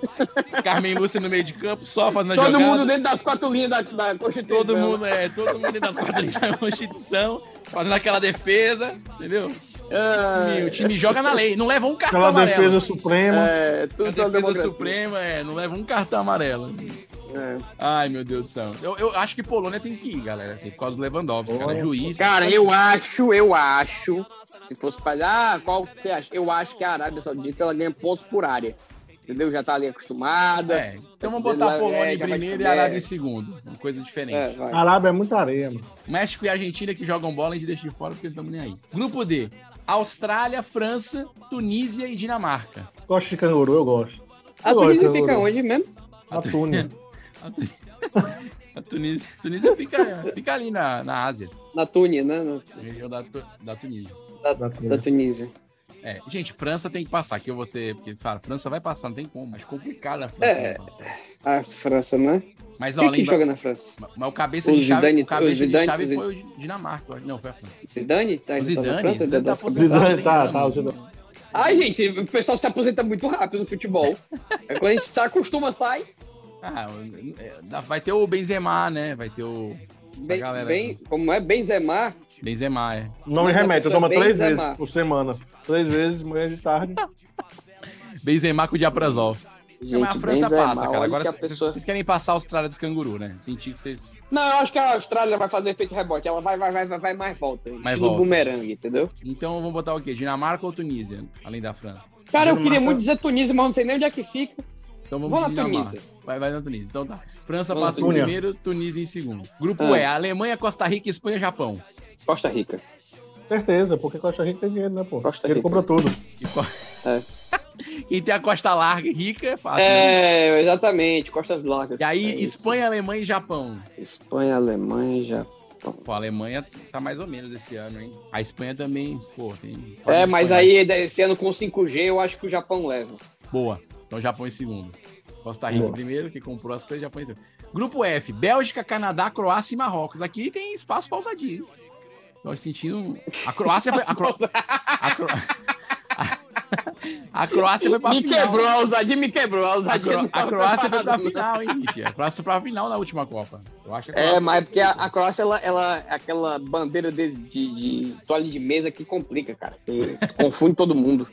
[SPEAKER 2] Carmen Lúcia no meio de campo, só fazendo a
[SPEAKER 3] Todo
[SPEAKER 2] jogada.
[SPEAKER 3] mundo dentro das quatro linhas da, da Constituição.
[SPEAKER 2] Todo mundo, é, todo mundo dentro das quatro linhas da <laughs> Constituição, fazendo aquela defesa, entendeu?
[SPEAKER 3] Ah.
[SPEAKER 2] E o time joga na lei, não leva um cartão
[SPEAKER 5] Aquela
[SPEAKER 2] amarelo.
[SPEAKER 5] defesa suprema.
[SPEAKER 3] É, tudo
[SPEAKER 2] a
[SPEAKER 3] é
[SPEAKER 2] defesa
[SPEAKER 3] democracia.
[SPEAKER 2] suprema, é, não leva um cartão amarelo.
[SPEAKER 3] né?
[SPEAKER 2] Ai, meu Deus do céu. Eu, eu acho que Polônia tem que ir, galera, assim, por causa do Lewandowski, cara, juiz.
[SPEAKER 3] Cara, eu acho, eu acho. Se fosse pra. Ah, qual que você acha? Eu acho que a Arábia Saudita ela ganha pontos por área. Entendeu? Já tá ali acostumada.
[SPEAKER 2] É, então vamos botar a
[SPEAKER 3] Ela-
[SPEAKER 2] Polônia
[SPEAKER 3] é,
[SPEAKER 2] em
[SPEAKER 3] já vai
[SPEAKER 2] primeiro e a
[SPEAKER 3] comer.
[SPEAKER 2] Arábia em segundo. Uma coisa
[SPEAKER 3] É,
[SPEAKER 2] diferente.
[SPEAKER 3] vai.
[SPEAKER 5] Arábia é muito areia, mano.
[SPEAKER 2] México e Argentina que jogam bola, a gente deixa de fora porque não estamos nem aí. Grupo D: Austrália, França, Tunísia e Dinamarca.
[SPEAKER 5] Gosto de canguru, eu gosto.
[SPEAKER 3] A
[SPEAKER 5] Eu gosto de
[SPEAKER 3] Tunísia fica
[SPEAKER 5] canguru.
[SPEAKER 3] onde mesmo?
[SPEAKER 5] Na Túnia.
[SPEAKER 2] <laughs> A Tunísia, a Tunísia fica, fica ali na, na Ásia.
[SPEAKER 3] Na Túnia, né? Na-
[SPEAKER 2] Região da, Tu- da Tunísia.
[SPEAKER 3] Da,
[SPEAKER 5] Tá,
[SPEAKER 3] da Tunísia.
[SPEAKER 2] É, gente, França tem que passar. Que eu vou ser. Porque, cara, França vai passar, não tem como. Mas complicado a França.
[SPEAKER 3] É,
[SPEAKER 2] não passar.
[SPEAKER 3] a França, né?
[SPEAKER 2] Mas, ó,
[SPEAKER 3] Quem que
[SPEAKER 2] lembra-
[SPEAKER 3] joga na França?
[SPEAKER 2] Mas o cabeça
[SPEAKER 3] O
[SPEAKER 2] de chave,
[SPEAKER 3] Zidane-
[SPEAKER 2] o cabeça
[SPEAKER 3] o Zidane-
[SPEAKER 2] de chave
[SPEAKER 3] o Zid-
[SPEAKER 2] foi o Dinamarca. eu acho. Não, foi a França.
[SPEAKER 3] Zidane? Tá,
[SPEAKER 2] O
[SPEAKER 3] ele tá na
[SPEAKER 2] Zidane,
[SPEAKER 3] França?
[SPEAKER 2] Zidane tá
[SPEAKER 3] Deve
[SPEAKER 2] aposentado.
[SPEAKER 3] estar-
[SPEAKER 2] Tá, tá,
[SPEAKER 3] Ai, gente, o pessoal se aposenta muito rápido no futebol. É quando a gente se acostuma, sai.
[SPEAKER 2] Ah, é, dá- vai ter o Benzema, né? Vai ter o. essa
[SPEAKER 3] Bem,
[SPEAKER 2] galera.
[SPEAKER 3] bem, como é Benzema,
[SPEAKER 2] Benzema, é.
[SPEAKER 5] Não me
[SPEAKER 3] Mas a
[SPEAKER 5] remete, eu
[SPEAKER 3] pessoa
[SPEAKER 5] tomo três
[SPEAKER 3] Benzema.
[SPEAKER 5] vezes por semana. Três vezes, de manhã e de tarde.
[SPEAKER 2] Benzema com o Diaprazol.
[SPEAKER 3] Gente,
[SPEAKER 2] a França
[SPEAKER 3] Benzema,
[SPEAKER 2] passa, cara.
[SPEAKER 3] olha
[SPEAKER 2] Agora
[SPEAKER 3] que a
[SPEAKER 2] vocês vocês querem passar a Austrália dos canguru, né? Senti que vocês.
[SPEAKER 3] Não, eu acho que a Austrália vai fazer efeito rebote. Ela vai, vai, vai, vai, vai mais volta.
[SPEAKER 2] Mais
[SPEAKER 3] Estilo
[SPEAKER 2] volta.
[SPEAKER 3] bumerangue, entendeu?
[SPEAKER 2] Então vamos botar o quê? Dinamarca ou Tunísia? Além da França.
[SPEAKER 3] Cara, eu
[SPEAKER 2] Dinamarca-
[SPEAKER 3] queria muito dizer Tunísia, mas eu não sei nem onde é que fica.
[SPEAKER 2] Então vamos
[SPEAKER 3] Vamos na
[SPEAKER 2] de Dinamarca.
[SPEAKER 3] Tunísia.
[SPEAKER 2] Vai, vai na Tunísia. Então tá. França
[SPEAKER 3] Vamos na
[SPEAKER 2] passa em
[SPEAKER 3] Tunísia.
[SPEAKER 2] primeiro, Tunísia em segundo. Grupo
[SPEAKER 3] Ah.
[SPEAKER 2] E, Alemanha, Costa Rica, Espanha e Japão.
[SPEAKER 3] Costa Rica.
[SPEAKER 5] Certeza, porque Costa Rica tem dinheiro, né, pô?
[SPEAKER 3] Costa
[SPEAKER 5] Ele
[SPEAKER 3] Rica.
[SPEAKER 5] comprou tudo.
[SPEAKER 2] Quem tem a costa larga e rica é fácil. né?
[SPEAKER 3] É, exatamente, costas largas.
[SPEAKER 2] E aí,
[SPEAKER 3] É isso.
[SPEAKER 2] Espanha, Alemanha e Japão.
[SPEAKER 3] Espanha, Alemanha, Japão.
[SPEAKER 2] Pô, a Alemanha tá mais ou menos esse ano, hein? A Espanha também, pô, tem.
[SPEAKER 3] É, mas
[SPEAKER 2] Espanha.
[SPEAKER 3] aí esse ano com 5G eu acho que o Japão leva.
[SPEAKER 2] Boa. Então Japão em segundo. Costa Rica
[SPEAKER 3] Boa.
[SPEAKER 2] em primeiro, que comprou as coisas, Japão em segundo. Grupo F, Bélgica, Canadá, Croácia e Marrocos. Aqui tem espaço pra ousadia. hein? Tô sentindo. um- A Croácia foi. A,
[SPEAKER 3] <laughs>
[SPEAKER 2] Cro... a, Cro... <laughs> a Croácia foi pra
[SPEAKER 3] me
[SPEAKER 2] final.
[SPEAKER 3] quebrou, a ousadia me quebrou. A
[SPEAKER 2] A,
[SPEAKER 3] ousadia
[SPEAKER 2] Cro...
[SPEAKER 3] não
[SPEAKER 2] a
[SPEAKER 3] tava
[SPEAKER 2] Croácia foi pra
[SPEAKER 3] preparada, não.
[SPEAKER 2] final, hein, bicho? A Croácia foi pra final na última Copa. Eu acho que a
[SPEAKER 3] É,
[SPEAKER 2] Croácia-
[SPEAKER 3] mas é porque a, a Croácia, ela, ela, aquela bandeira de, de, de toalha de mesa que complica, cara.
[SPEAKER 2] <laughs>
[SPEAKER 3] Que confunde todo mundo.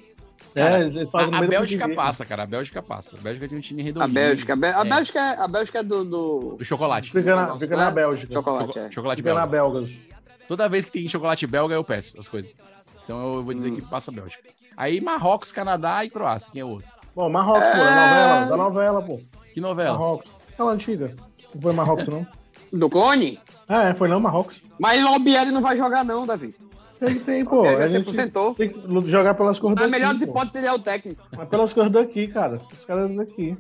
[SPEAKER 5] É,
[SPEAKER 2] Cara,
[SPEAKER 3] eles fazem
[SPEAKER 2] a, a
[SPEAKER 3] medo pra
[SPEAKER 2] Bélgica
[SPEAKER 3] dividir.
[SPEAKER 2] passa, cara. A Bélgica passa. A Bélgica tem um time
[SPEAKER 3] A
[SPEAKER 2] redondinho.
[SPEAKER 3] Bélgica, a, Bé- a
[SPEAKER 2] É.
[SPEAKER 3] Bélgica, é, a Bélgica é do, do...
[SPEAKER 2] Do chocolate.
[SPEAKER 5] Fica na, fica na Bélgica.
[SPEAKER 3] Chocolate, é.
[SPEAKER 2] Chocolate
[SPEAKER 5] Fica na
[SPEAKER 2] belga.
[SPEAKER 5] Bélgica.
[SPEAKER 2] Toda vez que tem chocolate belga, eu peço as coisas. Então eu vou
[SPEAKER 3] Hum.
[SPEAKER 2] dizer que passa Bélgica. Aí Marrocos, Canadá e Croácia, quem é o outro?
[SPEAKER 5] Bom, Marrocos, pô, é novela, da novela, pô.
[SPEAKER 2] Que novela?
[SPEAKER 5] Marrocos. Aquela antiga. Não foi Marrocos, não.
[SPEAKER 3] Do clone?
[SPEAKER 5] É, foi não, Marrocos.
[SPEAKER 3] Mas Lobieri não vai jogar, não, Davi.
[SPEAKER 5] Ele tem, pô.
[SPEAKER 3] Ele já
[SPEAKER 5] a
[SPEAKER 3] se
[SPEAKER 5] gente
[SPEAKER 3] aposentou.
[SPEAKER 5] Tem que lu- jogar pelas cores
[SPEAKER 3] Na
[SPEAKER 5] daqui.
[SPEAKER 3] melhor das
[SPEAKER 5] pô.
[SPEAKER 3] hipóteses, ele é o técnico.
[SPEAKER 5] Mas pelas cores daqui, cara. Os caras daqui.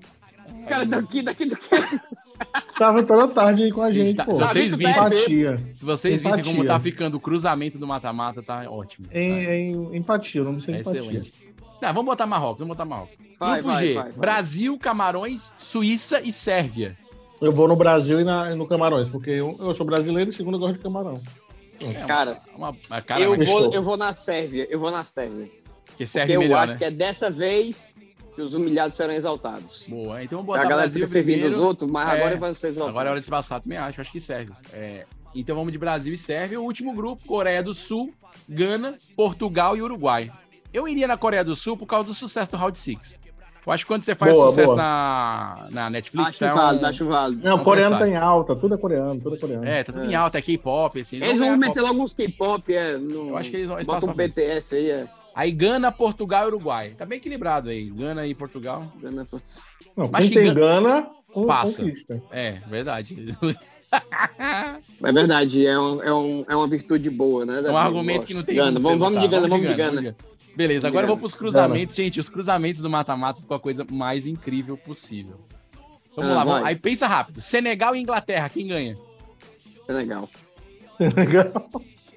[SPEAKER 2] É.
[SPEAKER 3] Os caras daqui, daqui do que?
[SPEAKER 5] Estavam toda tarde aí com a gente,
[SPEAKER 2] Gente, tá-
[SPEAKER 5] pô.
[SPEAKER 2] se
[SPEAKER 3] Davi
[SPEAKER 2] vocês
[SPEAKER 3] do
[SPEAKER 2] vissem,
[SPEAKER 5] Empatia.
[SPEAKER 2] se vocês vissem como
[SPEAKER 5] Empatia.
[SPEAKER 2] tá ficando o cruzamento do mata-mata, tá ótimo.
[SPEAKER 5] Em, em empatia, o nome é
[SPEAKER 2] É
[SPEAKER 5] empatia.
[SPEAKER 2] excelente. Tá, vamos botar Marrocos, vamos botar Marrocos.
[SPEAKER 5] Vai,
[SPEAKER 2] Grupo
[SPEAKER 5] vai,
[SPEAKER 2] G,
[SPEAKER 5] vai, vai.
[SPEAKER 2] Brasil, Camarões, Suíça e Sérvia.
[SPEAKER 5] Eu vou no Brasil e, na- e no Camarões, porque eu, eu sou brasileiro e segundo eu gosto de camarão.
[SPEAKER 3] Cara,
[SPEAKER 2] É uma, uma- cara,
[SPEAKER 3] eu,
[SPEAKER 2] mas-
[SPEAKER 3] vou, eu vou na Sérvia, eu vou na Sérvia.
[SPEAKER 2] Porque
[SPEAKER 3] Porque
[SPEAKER 2] Sérvia é
[SPEAKER 3] eu
[SPEAKER 2] melhor,
[SPEAKER 3] acho
[SPEAKER 2] né?
[SPEAKER 3] que é dessa vez que os humilhados serão exaltados.
[SPEAKER 2] Boa, então vamos
[SPEAKER 3] A
[SPEAKER 2] botar
[SPEAKER 3] galera
[SPEAKER 2] Brasil
[SPEAKER 3] fica servindo os
[SPEAKER 2] primeiro.
[SPEAKER 3] outros, mas
[SPEAKER 2] É,
[SPEAKER 3] agora vai ser exaltado.
[SPEAKER 2] Agora é hora de passar, também acho, acho que serve. É, então vamos de Brasil e Sérvia. O último grupo, Coreia do Sul, Gana, Portugal e Uruguai. Eu iria na Coreia do Sul por causa do sucesso do Round Six. Eu acho que quando você faz
[SPEAKER 5] Boa,
[SPEAKER 2] sucesso
[SPEAKER 5] boa.
[SPEAKER 2] na, na Netflix... um-
[SPEAKER 3] Acho válido, acho válido.
[SPEAKER 5] Não,
[SPEAKER 2] é um
[SPEAKER 5] coreano tá
[SPEAKER 2] presságio.
[SPEAKER 5] em alta, tudo é coreano, tudo é coreano.
[SPEAKER 2] É, tá tudo em alta, é K-pop, assim.
[SPEAKER 3] Eles
[SPEAKER 2] não é
[SPEAKER 3] vão
[SPEAKER 2] pop.
[SPEAKER 3] meter logo uns K-pop, é. No...
[SPEAKER 2] Eu acho que eles vão- eles
[SPEAKER 3] Bota
[SPEAKER 2] passam
[SPEAKER 3] um
[SPEAKER 2] pra frente.
[SPEAKER 3] BTS aí, é.
[SPEAKER 2] Aí Gana, Portugal e Uruguai. Tá bem equilibrado aí. Gana e Portugal.
[SPEAKER 3] Gana,
[SPEAKER 5] Não, quem tem Gana, con-
[SPEAKER 2] passa.
[SPEAKER 5] conquista. <laughs>
[SPEAKER 2] É, verdade.
[SPEAKER 3] É verdade, é, um, é, um, é uma virtude boa, né?
[SPEAKER 2] <laughs> É
[SPEAKER 3] Davi?
[SPEAKER 2] um
[SPEAKER 3] Eu
[SPEAKER 2] argumento
[SPEAKER 3] gosto.
[SPEAKER 2] que não tem
[SPEAKER 3] Gana,
[SPEAKER 2] como
[SPEAKER 3] vamos,
[SPEAKER 2] você
[SPEAKER 3] vamos de
[SPEAKER 2] votar.
[SPEAKER 3] Gana, vamos de
[SPEAKER 2] Gana,
[SPEAKER 3] Gana.
[SPEAKER 2] vamos de Gana. Beleza, agora
[SPEAKER 3] Gana.
[SPEAKER 2] vamos para os cruzamentos, gente. Os cruzamentos do mata-mata ficou a coisa mais incrível possível. Vamos
[SPEAKER 3] Ah,
[SPEAKER 2] lá, vamos.
[SPEAKER 3] vai.
[SPEAKER 2] aí pensa rápido. Senegal e Inglaterra, quem ganha?
[SPEAKER 3] Senegal.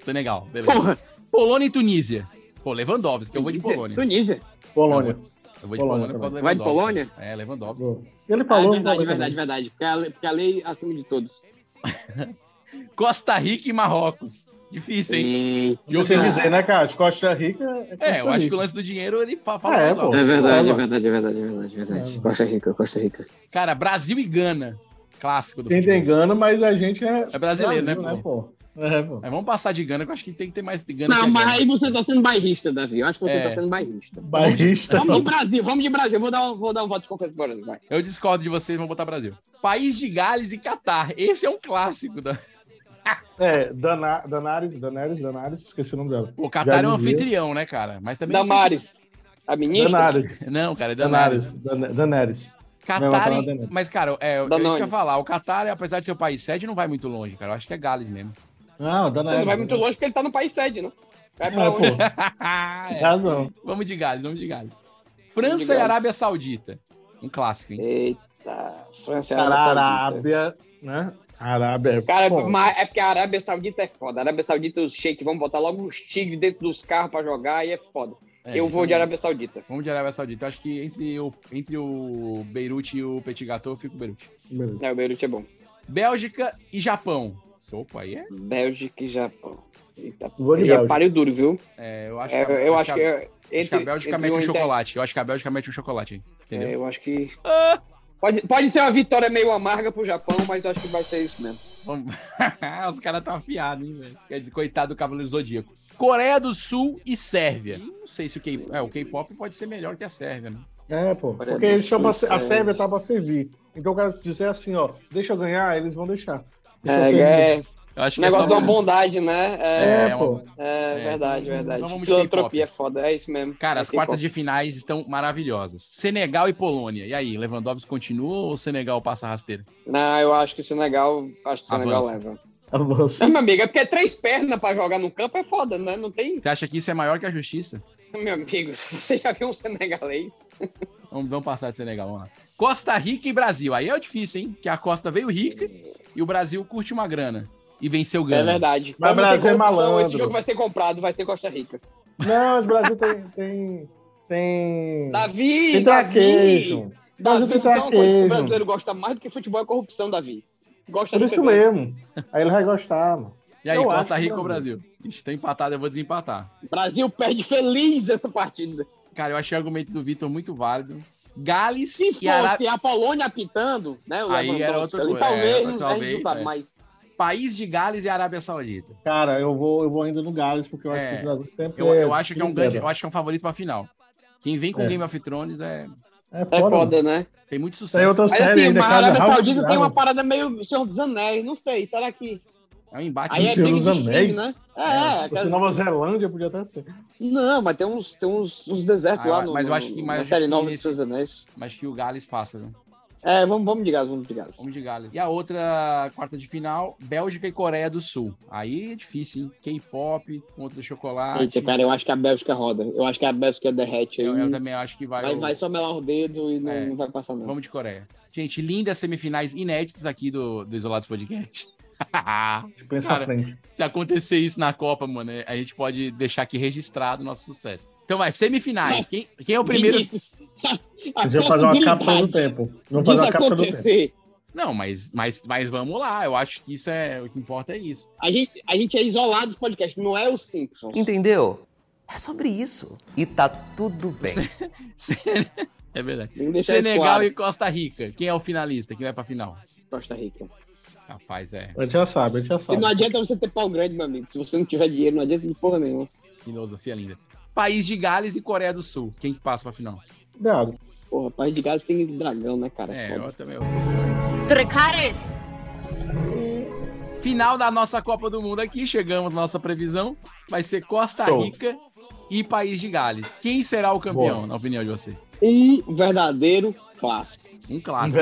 [SPEAKER 2] Senegal, beleza. Polônia e Tunísia. Pô, Lewandowski, eu
[SPEAKER 3] <laughs>
[SPEAKER 2] vou de Polônia.
[SPEAKER 3] Tunísia.
[SPEAKER 5] Polônia.
[SPEAKER 2] Eu vou de
[SPEAKER 5] Polônia
[SPEAKER 2] Polônia. por causa do
[SPEAKER 3] Vai de
[SPEAKER 2] Lewandowski.
[SPEAKER 3] Polônia?
[SPEAKER 2] É, Lewandowski.
[SPEAKER 5] Ele
[SPEAKER 3] Ah,
[SPEAKER 5] falou.
[SPEAKER 3] é verdade,
[SPEAKER 5] falou
[SPEAKER 3] verdade, verdade. Porque a, lei, porque a lei é acima de todos.
[SPEAKER 2] Costa Rica e Marrocos. Difícil, hein?
[SPEAKER 5] Eu sei dizer, né, cara? Costa Rica é Costa
[SPEAKER 2] É, eu acho
[SPEAKER 5] Rica.
[SPEAKER 2] que o lance do dinheiro ele fa- fala
[SPEAKER 5] É,
[SPEAKER 2] mais
[SPEAKER 5] pô.
[SPEAKER 2] alto.
[SPEAKER 3] É verdade,
[SPEAKER 5] Fala.
[SPEAKER 3] é verdade, é verdade, é verdade, é verdade. Costa Rica, Costa Rica.
[SPEAKER 2] Cara, Brasil e Gana. Clássico do
[SPEAKER 5] Quem
[SPEAKER 2] futebol.
[SPEAKER 5] tem Gana, mas a gente é.
[SPEAKER 2] É brasileiro, né, pô?
[SPEAKER 5] É, pô.
[SPEAKER 2] Mas vamos passar de Gana, que eu acho que tem que ter mais de Gana. que
[SPEAKER 3] Não,
[SPEAKER 2] a
[SPEAKER 3] mas
[SPEAKER 2] Gana.
[SPEAKER 3] aí você tá sendo bairrista, Davi. Eu acho que você
[SPEAKER 2] É. Tá
[SPEAKER 3] tá sendo bairrista.
[SPEAKER 5] Bairrista.
[SPEAKER 3] Vamos no Brasil, vamos de Brasil. Eu Vou dar, um- vou dar um voto de confiança pro Brasil, vai.
[SPEAKER 2] Eu discordo de vocês, vou botar Brasil. País de Gales e Catar. Esse é um clássico. Da...
[SPEAKER 5] É, Dana- Danares, Danares, Danares, esqueci o nome dela.
[SPEAKER 2] O Catar é um
[SPEAKER 5] Já dizia.
[SPEAKER 2] anfitrião, né, cara? Mas também.
[SPEAKER 5] Damares.
[SPEAKER 2] Não, sei
[SPEAKER 3] A
[SPEAKER 2] se-
[SPEAKER 3] ministra.
[SPEAKER 5] Danares.
[SPEAKER 2] não cara, é Danares.
[SPEAKER 5] Danares. Dan- Danares. Não, ela
[SPEAKER 2] Catar.
[SPEAKER 5] tá na
[SPEAKER 2] e-
[SPEAKER 5] Danares.
[SPEAKER 2] Mas, cara, é, eu
[SPEAKER 5] Danone.
[SPEAKER 2] isso que eu ia falar. O Catar, apesar de ser o país sede, não vai muito longe, cara. Eu acho que é Gales mesmo. <laughs>
[SPEAKER 5] Não,
[SPEAKER 3] Ele
[SPEAKER 5] Danares.
[SPEAKER 3] não vai muito longe porque ele tá no país sede, né? Vai pra
[SPEAKER 2] É,
[SPEAKER 3] onde?
[SPEAKER 2] pô. Ah, é.
[SPEAKER 5] Razão.
[SPEAKER 2] Vamos de Gales, vamos de Gales.
[SPEAKER 3] Vamos de
[SPEAKER 2] França e
[SPEAKER 3] Gales.
[SPEAKER 2] Arábia Saudita. Um clássico, hein?
[SPEAKER 3] Eita, França e
[SPEAKER 5] Cara,
[SPEAKER 3] Arábia Saudita.
[SPEAKER 5] Arábia, né? Arábia é
[SPEAKER 3] Cara,
[SPEAKER 5] foda.
[SPEAKER 3] mas é porque a Arábia Saudita é foda. A Arábia Saudita, os sheiks vão botar logo os tigres dentro dos carros pra jogar e é foda.
[SPEAKER 2] É,
[SPEAKER 3] eu vou
[SPEAKER 2] então-
[SPEAKER 3] de Arábia Saudita.
[SPEAKER 2] Vamos de Arábia Saudita. Eu acho que entre o, entre o Beirute e o Petit Gâteau, eu fico com o Beirute.
[SPEAKER 3] É, o Beirute é bom.
[SPEAKER 2] Bélgica e Japão. Sopa aí é?
[SPEAKER 3] Bélgica e Japão. Eita,
[SPEAKER 5] Vou de
[SPEAKER 3] e é
[SPEAKER 5] Bélgica.
[SPEAKER 3] pariu duro, viu?
[SPEAKER 2] É, eu acho
[SPEAKER 3] É,
[SPEAKER 2] que a-
[SPEAKER 3] eu
[SPEAKER 2] acho
[SPEAKER 3] acho
[SPEAKER 2] que
[SPEAKER 3] que
[SPEAKER 2] a-
[SPEAKER 3] é-
[SPEAKER 2] acho que a
[SPEAKER 3] entre-
[SPEAKER 2] Bélgica
[SPEAKER 3] entre
[SPEAKER 2] mete
[SPEAKER 3] o
[SPEAKER 2] um
[SPEAKER 3] Inter-
[SPEAKER 2] chocolate. Eu acho que a Bélgica mete um chocolate aí. Entendeu?
[SPEAKER 3] É, eu acho que. Pode, pode ser uma vitória meio amarga pro Japão, mas eu acho que vai ser isso mesmo.
[SPEAKER 2] Vamos- <laughs> Os caras estão afiados, hein, velho? Quer dizer, coitado do Cavaleiro Zodíaco. Coreia do Sul e Sérvia. Não sei se o K- é, o K-pop pode ser melhor que a Sérvia, né?
[SPEAKER 5] É, pô.
[SPEAKER 2] Olha,
[SPEAKER 5] Porque eles chamam a
[SPEAKER 2] isso
[SPEAKER 5] Se- a
[SPEAKER 2] é-
[SPEAKER 5] Sérvia tá pra servir. Então o cara dizer assim, ó, deixa eu ganhar, eles vão deixar. Eles
[SPEAKER 3] É,
[SPEAKER 5] vão servir.
[SPEAKER 3] é,
[SPEAKER 2] Eu acho que é
[SPEAKER 3] negócio
[SPEAKER 2] só-
[SPEAKER 3] de uma bondade, né? É,
[SPEAKER 2] É,
[SPEAKER 5] pô.
[SPEAKER 3] É, verdade, verdade.
[SPEAKER 2] Então vamos de
[SPEAKER 3] Filantropia é foda, é isso mesmo. É
[SPEAKER 2] Cara, as quartas
[SPEAKER 3] K-pop.
[SPEAKER 2] de finais estão maravilhosas. Senegal e Polônia. E aí, Lewandowski continua ou o Senegal passa a rasteira?
[SPEAKER 3] Não, eu acho que o Senegal. Acho que o Senegal
[SPEAKER 2] Avança.
[SPEAKER 3] leva.
[SPEAKER 5] Avança.
[SPEAKER 3] Não, meu amigo, é porque três pernas pra jogar no campo é foda, né? Não tem.
[SPEAKER 2] Você acha que isso é maior que a justiça?
[SPEAKER 3] Meu amigo, <laughs> você já viu um senegalês?
[SPEAKER 2] Vamos, vamos passar de Senegal, vamos lá. Costa Rica e Brasil. Aí é difícil, hein? Que a Costa veio rica e o Brasil curte uma grana. E venceu o
[SPEAKER 3] É
[SPEAKER 2] Gana.
[SPEAKER 3] verdade. Como
[SPEAKER 5] Mas
[SPEAKER 3] tem
[SPEAKER 5] Brasil é
[SPEAKER 3] corrupção, Esse
[SPEAKER 5] malandro.
[SPEAKER 3] jogo vai ser comprado, vai ser Costa Rica.
[SPEAKER 5] Não, mas o Brasil tem. tem, tem...
[SPEAKER 3] Davi!
[SPEAKER 5] Tem traquejo.
[SPEAKER 3] Davi! Davi,
[SPEAKER 5] Brasil tem
[SPEAKER 3] então, uma coisa que o
[SPEAKER 5] traquejo.
[SPEAKER 3] brasileiro gosta mais do que futebol é corrupção, Davi. Gosta
[SPEAKER 5] Por
[SPEAKER 3] de
[SPEAKER 5] isso
[SPEAKER 3] beber.
[SPEAKER 5] mesmo. Aí ele vai gostar, mano.
[SPEAKER 2] E aí,
[SPEAKER 5] Eu
[SPEAKER 2] Costa
[SPEAKER 5] acho que
[SPEAKER 2] Rica ou Brasil? Ixi, tá empatado, eu vou desempatar.
[SPEAKER 3] Brasil perde feliz essa partida.
[SPEAKER 2] Cara, eu achei o argumento do Vitor muito válido. Gales
[SPEAKER 3] Se
[SPEAKER 2] e
[SPEAKER 3] fosse
[SPEAKER 2] Arábia.
[SPEAKER 3] a Polônia apitando, né? O
[SPEAKER 2] Aí era
[SPEAKER 3] Lewandowski
[SPEAKER 2] outra coisa.
[SPEAKER 3] ali, Talvez,
[SPEAKER 2] é,
[SPEAKER 3] a gente não sabe
[SPEAKER 2] é.
[SPEAKER 3] mais.
[SPEAKER 2] País de Gales e Arábia Saudita.
[SPEAKER 5] Cara, eu vou, eu vou ainda no Gales, porque eu acho
[SPEAKER 2] É.
[SPEAKER 5] que o Brasil sempre.
[SPEAKER 2] Eu, eu acho que é um grande. Eu acho que é um favorito pra final. Quem vem com
[SPEAKER 5] É.
[SPEAKER 2] Game of Thrones é.
[SPEAKER 5] É
[SPEAKER 3] É foda, né?
[SPEAKER 2] Tem muito sucesso.
[SPEAKER 5] Tem é outra
[SPEAKER 3] Mas
[SPEAKER 5] série
[SPEAKER 3] assim,
[SPEAKER 5] ainda,
[SPEAKER 3] mas a
[SPEAKER 5] cara,
[SPEAKER 3] Arábia
[SPEAKER 5] House
[SPEAKER 3] Saudita
[SPEAKER 5] of
[SPEAKER 3] tem uma
[SPEAKER 5] Dragon.
[SPEAKER 3] parada meio Senhor dos Anéis, não sei, será que...
[SPEAKER 2] É um embate
[SPEAKER 3] Aí é
[SPEAKER 2] de
[SPEAKER 3] briga de
[SPEAKER 2] times,
[SPEAKER 3] time, né? É, é,
[SPEAKER 5] Se fosse Nova Zelândia podia até ser.
[SPEAKER 3] Não, mas tem uns, tem uns, uns desertos
[SPEAKER 2] Ah,
[SPEAKER 3] lá no,
[SPEAKER 2] mas eu acho que-
[SPEAKER 3] no-
[SPEAKER 2] mas
[SPEAKER 3] na
[SPEAKER 2] eu
[SPEAKER 3] série
[SPEAKER 2] acho que
[SPEAKER 3] nova dos
[SPEAKER 2] esse-
[SPEAKER 3] seus anéis.
[SPEAKER 2] Mas que o Gales passa, viu?
[SPEAKER 3] É, vamos, vamos de Gales, vamos de Gales.
[SPEAKER 2] Vamos de Gales. E a outra quarta de final, Bélgica e Coreia do Sul. Aí é difícil, hein? K-pop contra chocolate.
[SPEAKER 3] Eita, cara, eu acho que a Bélgica roda. Eu acho que a Bélgica derrete aí.
[SPEAKER 2] Eu, eu também acho que vai.
[SPEAKER 3] Vai, um.
[SPEAKER 2] o-
[SPEAKER 3] vai só melar o dedo e não, não vai passar não.
[SPEAKER 2] É. Vamos de Coreia. Gente, lindas semifinais inéditas aqui do, do Isolados Podcast. <laughs>
[SPEAKER 5] Pensa à frente.
[SPEAKER 2] se acontecer isso na Copa, mano, a gente pode deixar aqui registrado o nosso sucesso. Então vai, semifinais. Quem, quem é
[SPEAKER 3] <laughs>
[SPEAKER 2] o primeiro?
[SPEAKER 5] A gente vai fazer uma cápsula do tempo. Vamos fazer uma cápsula do tempo.
[SPEAKER 2] Não, mas, mas, mas vamos lá. Eu acho que isso é. O que importa é isso.
[SPEAKER 3] A gente, a gente é isolado do podcast, não é o Simpsons.
[SPEAKER 4] Entendeu? É sobre isso. E tá tudo bem.
[SPEAKER 2] É verdade.
[SPEAKER 3] Tem que deixar isso
[SPEAKER 2] Senegal
[SPEAKER 3] claro.
[SPEAKER 2] e Costa Rica. Quem é o finalista? Quem vai pra final?
[SPEAKER 3] Costa Rica.
[SPEAKER 2] Rapaz, é.
[SPEAKER 5] A gente já sabe, a gente já
[SPEAKER 3] E
[SPEAKER 2] Tá.
[SPEAKER 5] sabe.
[SPEAKER 3] não adianta você ter pau grande, meu amigo. Se você não tiver dinheiro, não adianta de porra nenhuma.
[SPEAKER 2] Filosofia linda. País de Gales e Coreia do Sul. Quem que passa pra final?
[SPEAKER 5] Drago.
[SPEAKER 3] Porra, País de Gales tem dragão, né, cara?
[SPEAKER 2] É,
[SPEAKER 3] Foda.
[SPEAKER 2] eu também.
[SPEAKER 1] Trecares.
[SPEAKER 2] Final da nossa Copa do Mundo aqui, chegamos à nossa previsão. Vai ser Costa
[SPEAKER 3] Show.
[SPEAKER 2] Rica e País de Gales. Quem será o campeão, na opinião de vocês?
[SPEAKER 3] Um verdadeiro clássico.
[SPEAKER 2] Um clássico.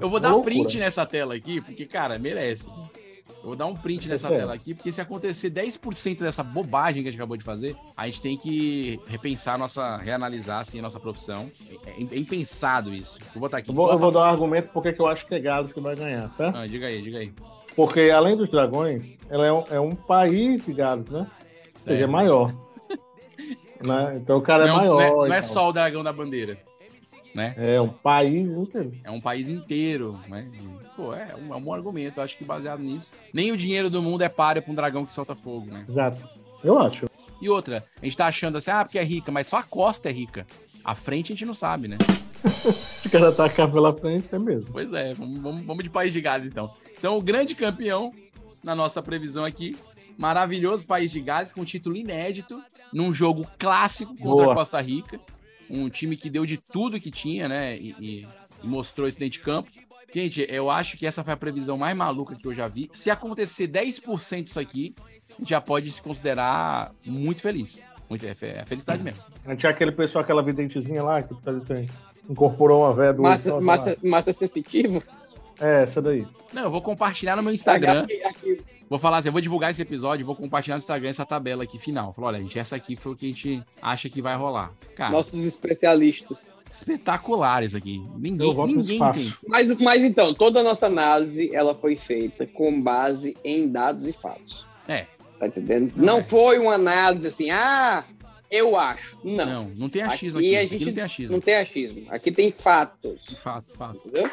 [SPEAKER 2] Eu vou dar print nessa tela aqui, porque, cara, merece. Eu vou dar um print nessa
[SPEAKER 3] É.
[SPEAKER 2] tela aqui, porque se acontecer 10% dessa bobagem que a gente acabou de fazer, a gente tem que repensar a nossa, reanalisar assim, a nossa profissão. É, é impensado isso. Vou botar aqui.
[SPEAKER 5] Eu vou, eu vou dar um argumento porque que eu acho que é Gales que vai ganhar, certo?
[SPEAKER 2] Ah, diga aí, diga aí.
[SPEAKER 5] Porque além dos dragões, ela é um, é um país de Gales, né? Ou seja, é
[SPEAKER 2] Certo. <laughs>
[SPEAKER 5] maior. né? Então o cara
[SPEAKER 2] não,
[SPEAKER 5] é
[SPEAKER 2] é-
[SPEAKER 5] maior.
[SPEAKER 2] não é-
[SPEAKER 5] e
[SPEAKER 2] não é
[SPEAKER 5] tal.
[SPEAKER 2] só o dragão da bandeira. né?
[SPEAKER 5] É um país inteiro.
[SPEAKER 2] É um país inteiro, né? Pô, é um, é um bom argumento. Eu acho que baseado nisso. Nem o dinheiro do mundo é páreo pra um dragão que solta fogo, né?
[SPEAKER 5] Exato. Eu acho.
[SPEAKER 2] E outra, a gente tá achando assim, ah, porque é rica, mas só a costa é rica. A frente a gente não sabe, né?
[SPEAKER 5] Se o cara atacar pela frente, é mesmo.
[SPEAKER 2] Pois é, vamos, vamos- vamos de País de Gales então. Então, o grande campeão na nossa previsão aqui, maravilhoso País de Gales, com título inédito, num jogo clássico contra
[SPEAKER 5] Boa.
[SPEAKER 2] a Costa Rica. Um time que deu de tudo que tinha, né? E, e- e mostrou isso dentro de campo. Gente, eu acho que essa foi a previsão mais maluca que eu já vi. Se acontecer 10% isso aqui, a gente já pode se considerar muito feliz. Muito, é, fe- é felicidade mesmo.
[SPEAKER 5] Não tinha aquele pessoal, aquela videntezinha lá que faz- tem- incorporou uma véia do
[SPEAKER 3] Massa,
[SPEAKER 5] outro lado
[SPEAKER 3] massa,
[SPEAKER 5] lá.
[SPEAKER 3] massa sensitiva.
[SPEAKER 5] É, essa daí.
[SPEAKER 2] Não, eu vou compartilhar no meu Instagram.
[SPEAKER 3] <laughs> Aqui, aqui.
[SPEAKER 2] Vou falar assim, eu vou divulgar esse episódio, vou compartilhar no Instagram essa tabela aqui final. Falar, olha, gente, essa aqui foi o que a gente acha que vai rolar. Cara,
[SPEAKER 3] Nossos especialistas.
[SPEAKER 2] espetacular isso aqui. Ninguém, ninguém tem.
[SPEAKER 3] Mas, mas então, toda a nossa análise ela foi feita com base em dados e fatos.
[SPEAKER 2] É.
[SPEAKER 3] Tá entendendo? Não foi uma análise assim, ah, eu acho. Não.
[SPEAKER 2] Não, não tem achismo
[SPEAKER 3] Aqui
[SPEAKER 2] aqui.
[SPEAKER 3] a
[SPEAKER 2] Aqui
[SPEAKER 3] gente
[SPEAKER 2] não tem achismo.
[SPEAKER 3] Não tem achismo. Aqui tem fatos.
[SPEAKER 2] Fato, fato.
[SPEAKER 3] Entendeu?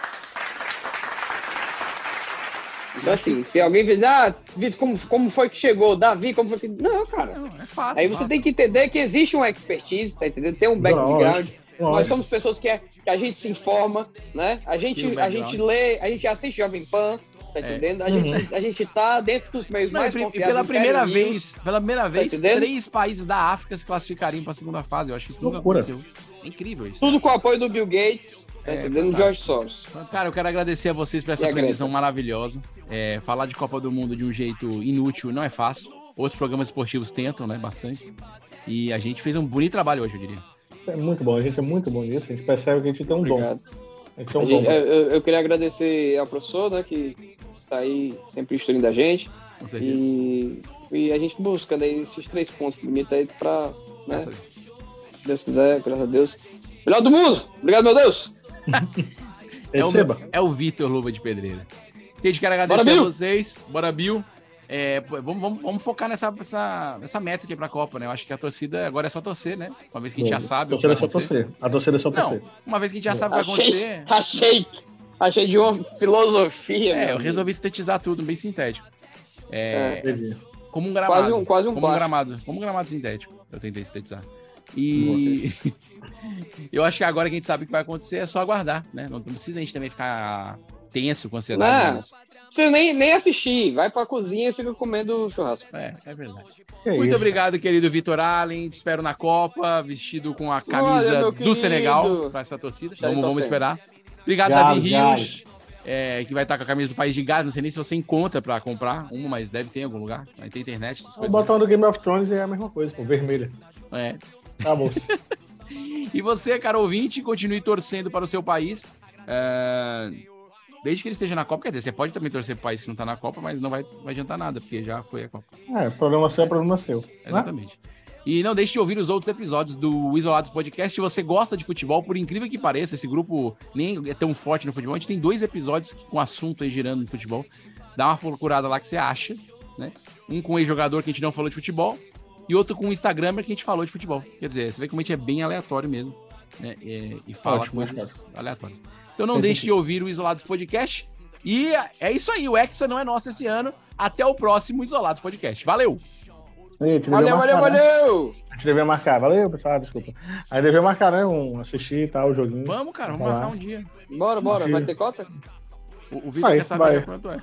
[SPEAKER 3] Então, assim, se alguém fizer, ah, Vitor, como, como foi que chegou? Davi, como foi que. Não, cara.
[SPEAKER 2] é fato.
[SPEAKER 3] Aí você tem que entender que existe uma expertise, tá entendendo? Tem um background.
[SPEAKER 5] lógico,
[SPEAKER 3] Nós
[SPEAKER 5] lógico.
[SPEAKER 3] somos pessoas que, é- que a gente se informa, né? A
[SPEAKER 2] Tem um
[SPEAKER 3] gente, a
[SPEAKER 2] background. É.
[SPEAKER 3] gente lê, a gente assiste Jovem Pan, tá entendendo? A, gente, a gente tá dentro dos meios
[SPEAKER 2] Uhum. Não, e
[SPEAKER 3] mais
[SPEAKER 2] pri- e
[SPEAKER 3] confiáveis.
[SPEAKER 2] pela primeira
[SPEAKER 3] imperialismo.
[SPEAKER 2] vez, pela primeira vez,
[SPEAKER 3] Tá entendendo?
[SPEAKER 2] três países da África se classificariam pra segunda fase. Eu acho que isso nunca
[SPEAKER 3] Loucura.
[SPEAKER 2] aconteceu. É incrível isso.
[SPEAKER 3] Tudo com o apoio do Bill Gates, tá
[SPEAKER 2] É,
[SPEAKER 3] entendendo?
[SPEAKER 2] fantástico.
[SPEAKER 3] George Soros.
[SPEAKER 2] Cara, eu quero agradecer a vocês por
[SPEAKER 3] E a
[SPEAKER 2] essa
[SPEAKER 3] Greta?
[SPEAKER 2] previsão maravilhosa. É, falar de Copa do Mundo de um jeito inútil não é fácil. Outros programas esportivos tentam, né? Bastante. E a gente fez um bonito trabalho hoje, eu diria.
[SPEAKER 3] então-
[SPEAKER 5] É muito bom, a gente é muito bom nisso. A gente percebe que a gente tem um dom. A gente tem
[SPEAKER 3] A
[SPEAKER 5] um
[SPEAKER 3] gente- é-
[SPEAKER 5] dom.
[SPEAKER 3] eu, eu- eu queria agradecer ao professor, né, que tá aí sempre instruindo a gente.
[SPEAKER 2] Com certeza.
[SPEAKER 3] E, e a gente busca né, esses três pontos bonitos aí pra. Né,
[SPEAKER 2] Graças a
[SPEAKER 3] se Deus quiser, graças a Deus. Melhor do mundo! Obrigado, meu Deus!
[SPEAKER 2] É o,
[SPEAKER 3] Receba.
[SPEAKER 2] é o Vitor Luva de Pedreira. Gente, quero
[SPEAKER 3] Bora,
[SPEAKER 2] agradecer a
[SPEAKER 3] Bill!
[SPEAKER 2] vocês. Bora, Bill. É, pô, vamos, vamos- vamos focar nessa, nessa, nessa meta aqui pra Copa, né? Eu acho que a torcida agora é só torcer, né? Uma vez que a gente já sabe.
[SPEAKER 5] A
[SPEAKER 2] o que vai
[SPEAKER 5] torcida é só
[SPEAKER 2] acontecer.
[SPEAKER 5] torcer. A torcida é só
[SPEAKER 2] Não,
[SPEAKER 5] torcer.
[SPEAKER 2] uma vez que a gente já sabe o que vai
[SPEAKER 3] Achei-
[SPEAKER 2] acontecer.
[SPEAKER 3] Achei, achei de uma filosofia.
[SPEAKER 2] É,
[SPEAKER 3] meu
[SPEAKER 2] eu
[SPEAKER 3] amigo.
[SPEAKER 2] resolvi sintetizar tudo, bem sintético. É,
[SPEAKER 3] É,
[SPEAKER 2] como um gramado.
[SPEAKER 3] Quase um- quase um
[SPEAKER 2] como um
[SPEAKER 3] plástico.
[SPEAKER 2] gramado, como um gramado sintético. Eu tentei sintetizar. E <laughs> eu acho que agora que a gente sabe o que vai acontecer é só aguardar, né? Não precisa a gente também ficar tenso com ansiedade.
[SPEAKER 3] Não,
[SPEAKER 2] né?
[SPEAKER 3] não precisa nem, nem assistir. Vai pra cozinha e fica comendo churrasco.
[SPEAKER 2] É, é verdade.
[SPEAKER 3] Que
[SPEAKER 2] Muito
[SPEAKER 3] isso,
[SPEAKER 2] obrigado, querido Vitor Allen. Te espero na Copa, vestido com a camisa
[SPEAKER 3] meu
[SPEAKER 2] do
[SPEAKER 3] querido. tá
[SPEAKER 2] Senegal para essa torcida.
[SPEAKER 3] Estarei
[SPEAKER 2] Vamos, vamos
[SPEAKER 3] torcendo.
[SPEAKER 2] esperar. Obrigado,
[SPEAKER 5] Galo,
[SPEAKER 2] Davi
[SPEAKER 5] Galo.
[SPEAKER 2] Rios. é, que vai estar com a camisa do País de Gales. Não sei nem se você encontra pra comprar uma, mas deve ter em algum lugar. Aí Tem internet, essas
[SPEAKER 5] O
[SPEAKER 2] coisas.
[SPEAKER 5] botão do Game of Thrones é a mesma coisa, pô, vermelha.
[SPEAKER 2] É.
[SPEAKER 5] Tá
[SPEAKER 2] <laughs>
[SPEAKER 5] bom.
[SPEAKER 2] E você, cara ouvinte, continue torcendo para o seu país. é, Desde que ele esteja na Copa, quer dizer, você pode também torcer para o país que não está na Copa, mas não vai, vai adiantar nada, porque já foi a Copa.
[SPEAKER 5] É, problema seu é problema seu. né?
[SPEAKER 2] Exatamente. E não deixe de ouvir os outros episódios do Isolados Podcast. Se você gosta de futebol, por incrível que pareça, esse grupo nem é tão forte no futebol. A gente tem dois episódios com assunto aí girando no futebol. Dá uma procurada lá que você acha, né? Um com um ex-jogador que a gente não falou de futebol e outro com um Instagramer que a gente falou de futebol. Quer dizer, você vê como a gente é bem aleatório mesmo, né? É, e fala
[SPEAKER 5] Ótimo,
[SPEAKER 2] coisas
[SPEAKER 5] cara.
[SPEAKER 2] aleatórias. Então não deixe de ouvir o Isolados Podcast. E é isso aí, o Hexa não é nosso esse ano. Até o próximo Isolados Podcast. Valeu!
[SPEAKER 5] Aí, te devia
[SPEAKER 2] Valeu,
[SPEAKER 5] marcar,
[SPEAKER 2] valeu,
[SPEAKER 5] né?
[SPEAKER 2] valeu!
[SPEAKER 5] A gente devia marcar, valeu, pessoal, ah, desculpa. Aí devia marcar, né? Um, assistir e tal, o joguinho.
[SPEAKER 2] Vamos, cara, vamos
[SPEAKER 5] Tá lá.
[SPEAKER 2] marcar um dia.
[SPEAKER 3] Bora, bora, vai ter cota?
[SPEAKER 2] O, o Vitor
[SPEAKER 5] Aí,
[SPEAKER 2] quer saber
[SPEAKER 5] vai.
[SPEAKER 2] já quanto é.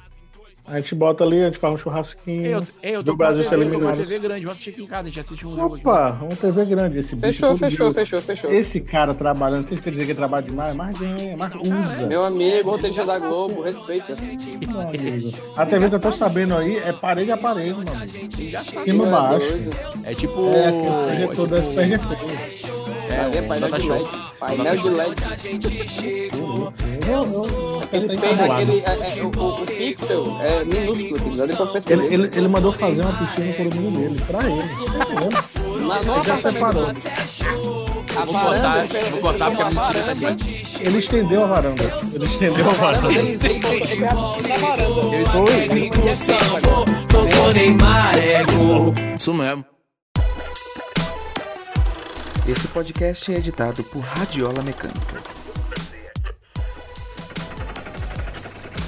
[SPEAKER 5] A gente bota ali, a gente faz um churrasquinho.
[SPEAKER 2] Eu, eu
[SPEAKER 5] do
[SPEAKER 2] tô com uma
[SPEAKER 5] Brasil ser
[SPEAKER 2] TV, eu tô com uma
[SPEAKER 5] eliminado.
[SPEAKER 2] TV grande, vamos assistir aqui em casa, a gente assiste um jogo aqui.
[SPEAKER 5] Opa, uma TV grande esse bicho.
[SPEAKER 2] Fechou,
[SPEAKER 5] todo
[SPEAKER 2] fechou,
[SPEAKER 5] dia.
[SPEAKER 2] fechou, fechou.
[SPEAKER 5] Esse cara trabalhando, vocês querem dizer que ele trabalha demais? Mas ganha, mas usa.
[SPEAKER 3] Meu amigo, roteirista da Globo, respeita.
[SPEAKER 5] Meu amigo. um A TV que eu tô sabendo aí é parede a parede, mano. Cima
[SPEAKER 3] É
[SPEAKER 5] baixo.
[SPEAKER 3] doido.
[SPEAKER 2] assim, É tipo.
[SPEAKER 5] É, aquele projetor da SPG.
[SPEAKER 2] É,
[SPEAKER 3] Vai
[SPEAKER 2] um
[SPEAKER 3] ver, painel de LED. Painel de LED. Ele tem aquele. é, é, o, o- o pixel é minúsculo, que dá nem pra perceber.
[SPEAKER 5] Ele, ele, ele mandou fazer uma piscina por um dele, pra ele.
[SPEAKER 3] Lá no
[SPEAKER 5] Ele já
[SPEAKER 3] é apartamento.
[SPEAKER 5] separou.
[SPEAKER 3] A
[SPEAKER 2] é Vou
[SPEAKER 3] varanda,
[SPEAKER 2] botar,
[SPEAKER 3] ele fez-
[SPEAKER 2] vou
[SPEAKER 3] ele
[SPEAKER 2] botar
[SPEAKER 3] fez
[SPEAKER 2] porque é
[SPEAKER 3] uma
[SPEAKER 2] mentira, tá,
[SPEAKER 3] varanda.
[SPEAKER 2] gente?
[SPEAKER 5] Ele estendeu a varanda. Ele estendeu a varanda.
[SPEAKER 3] é
[SPEAKER 4] Isso mesmo. Esse podcast é editado por Radiola Mecânica.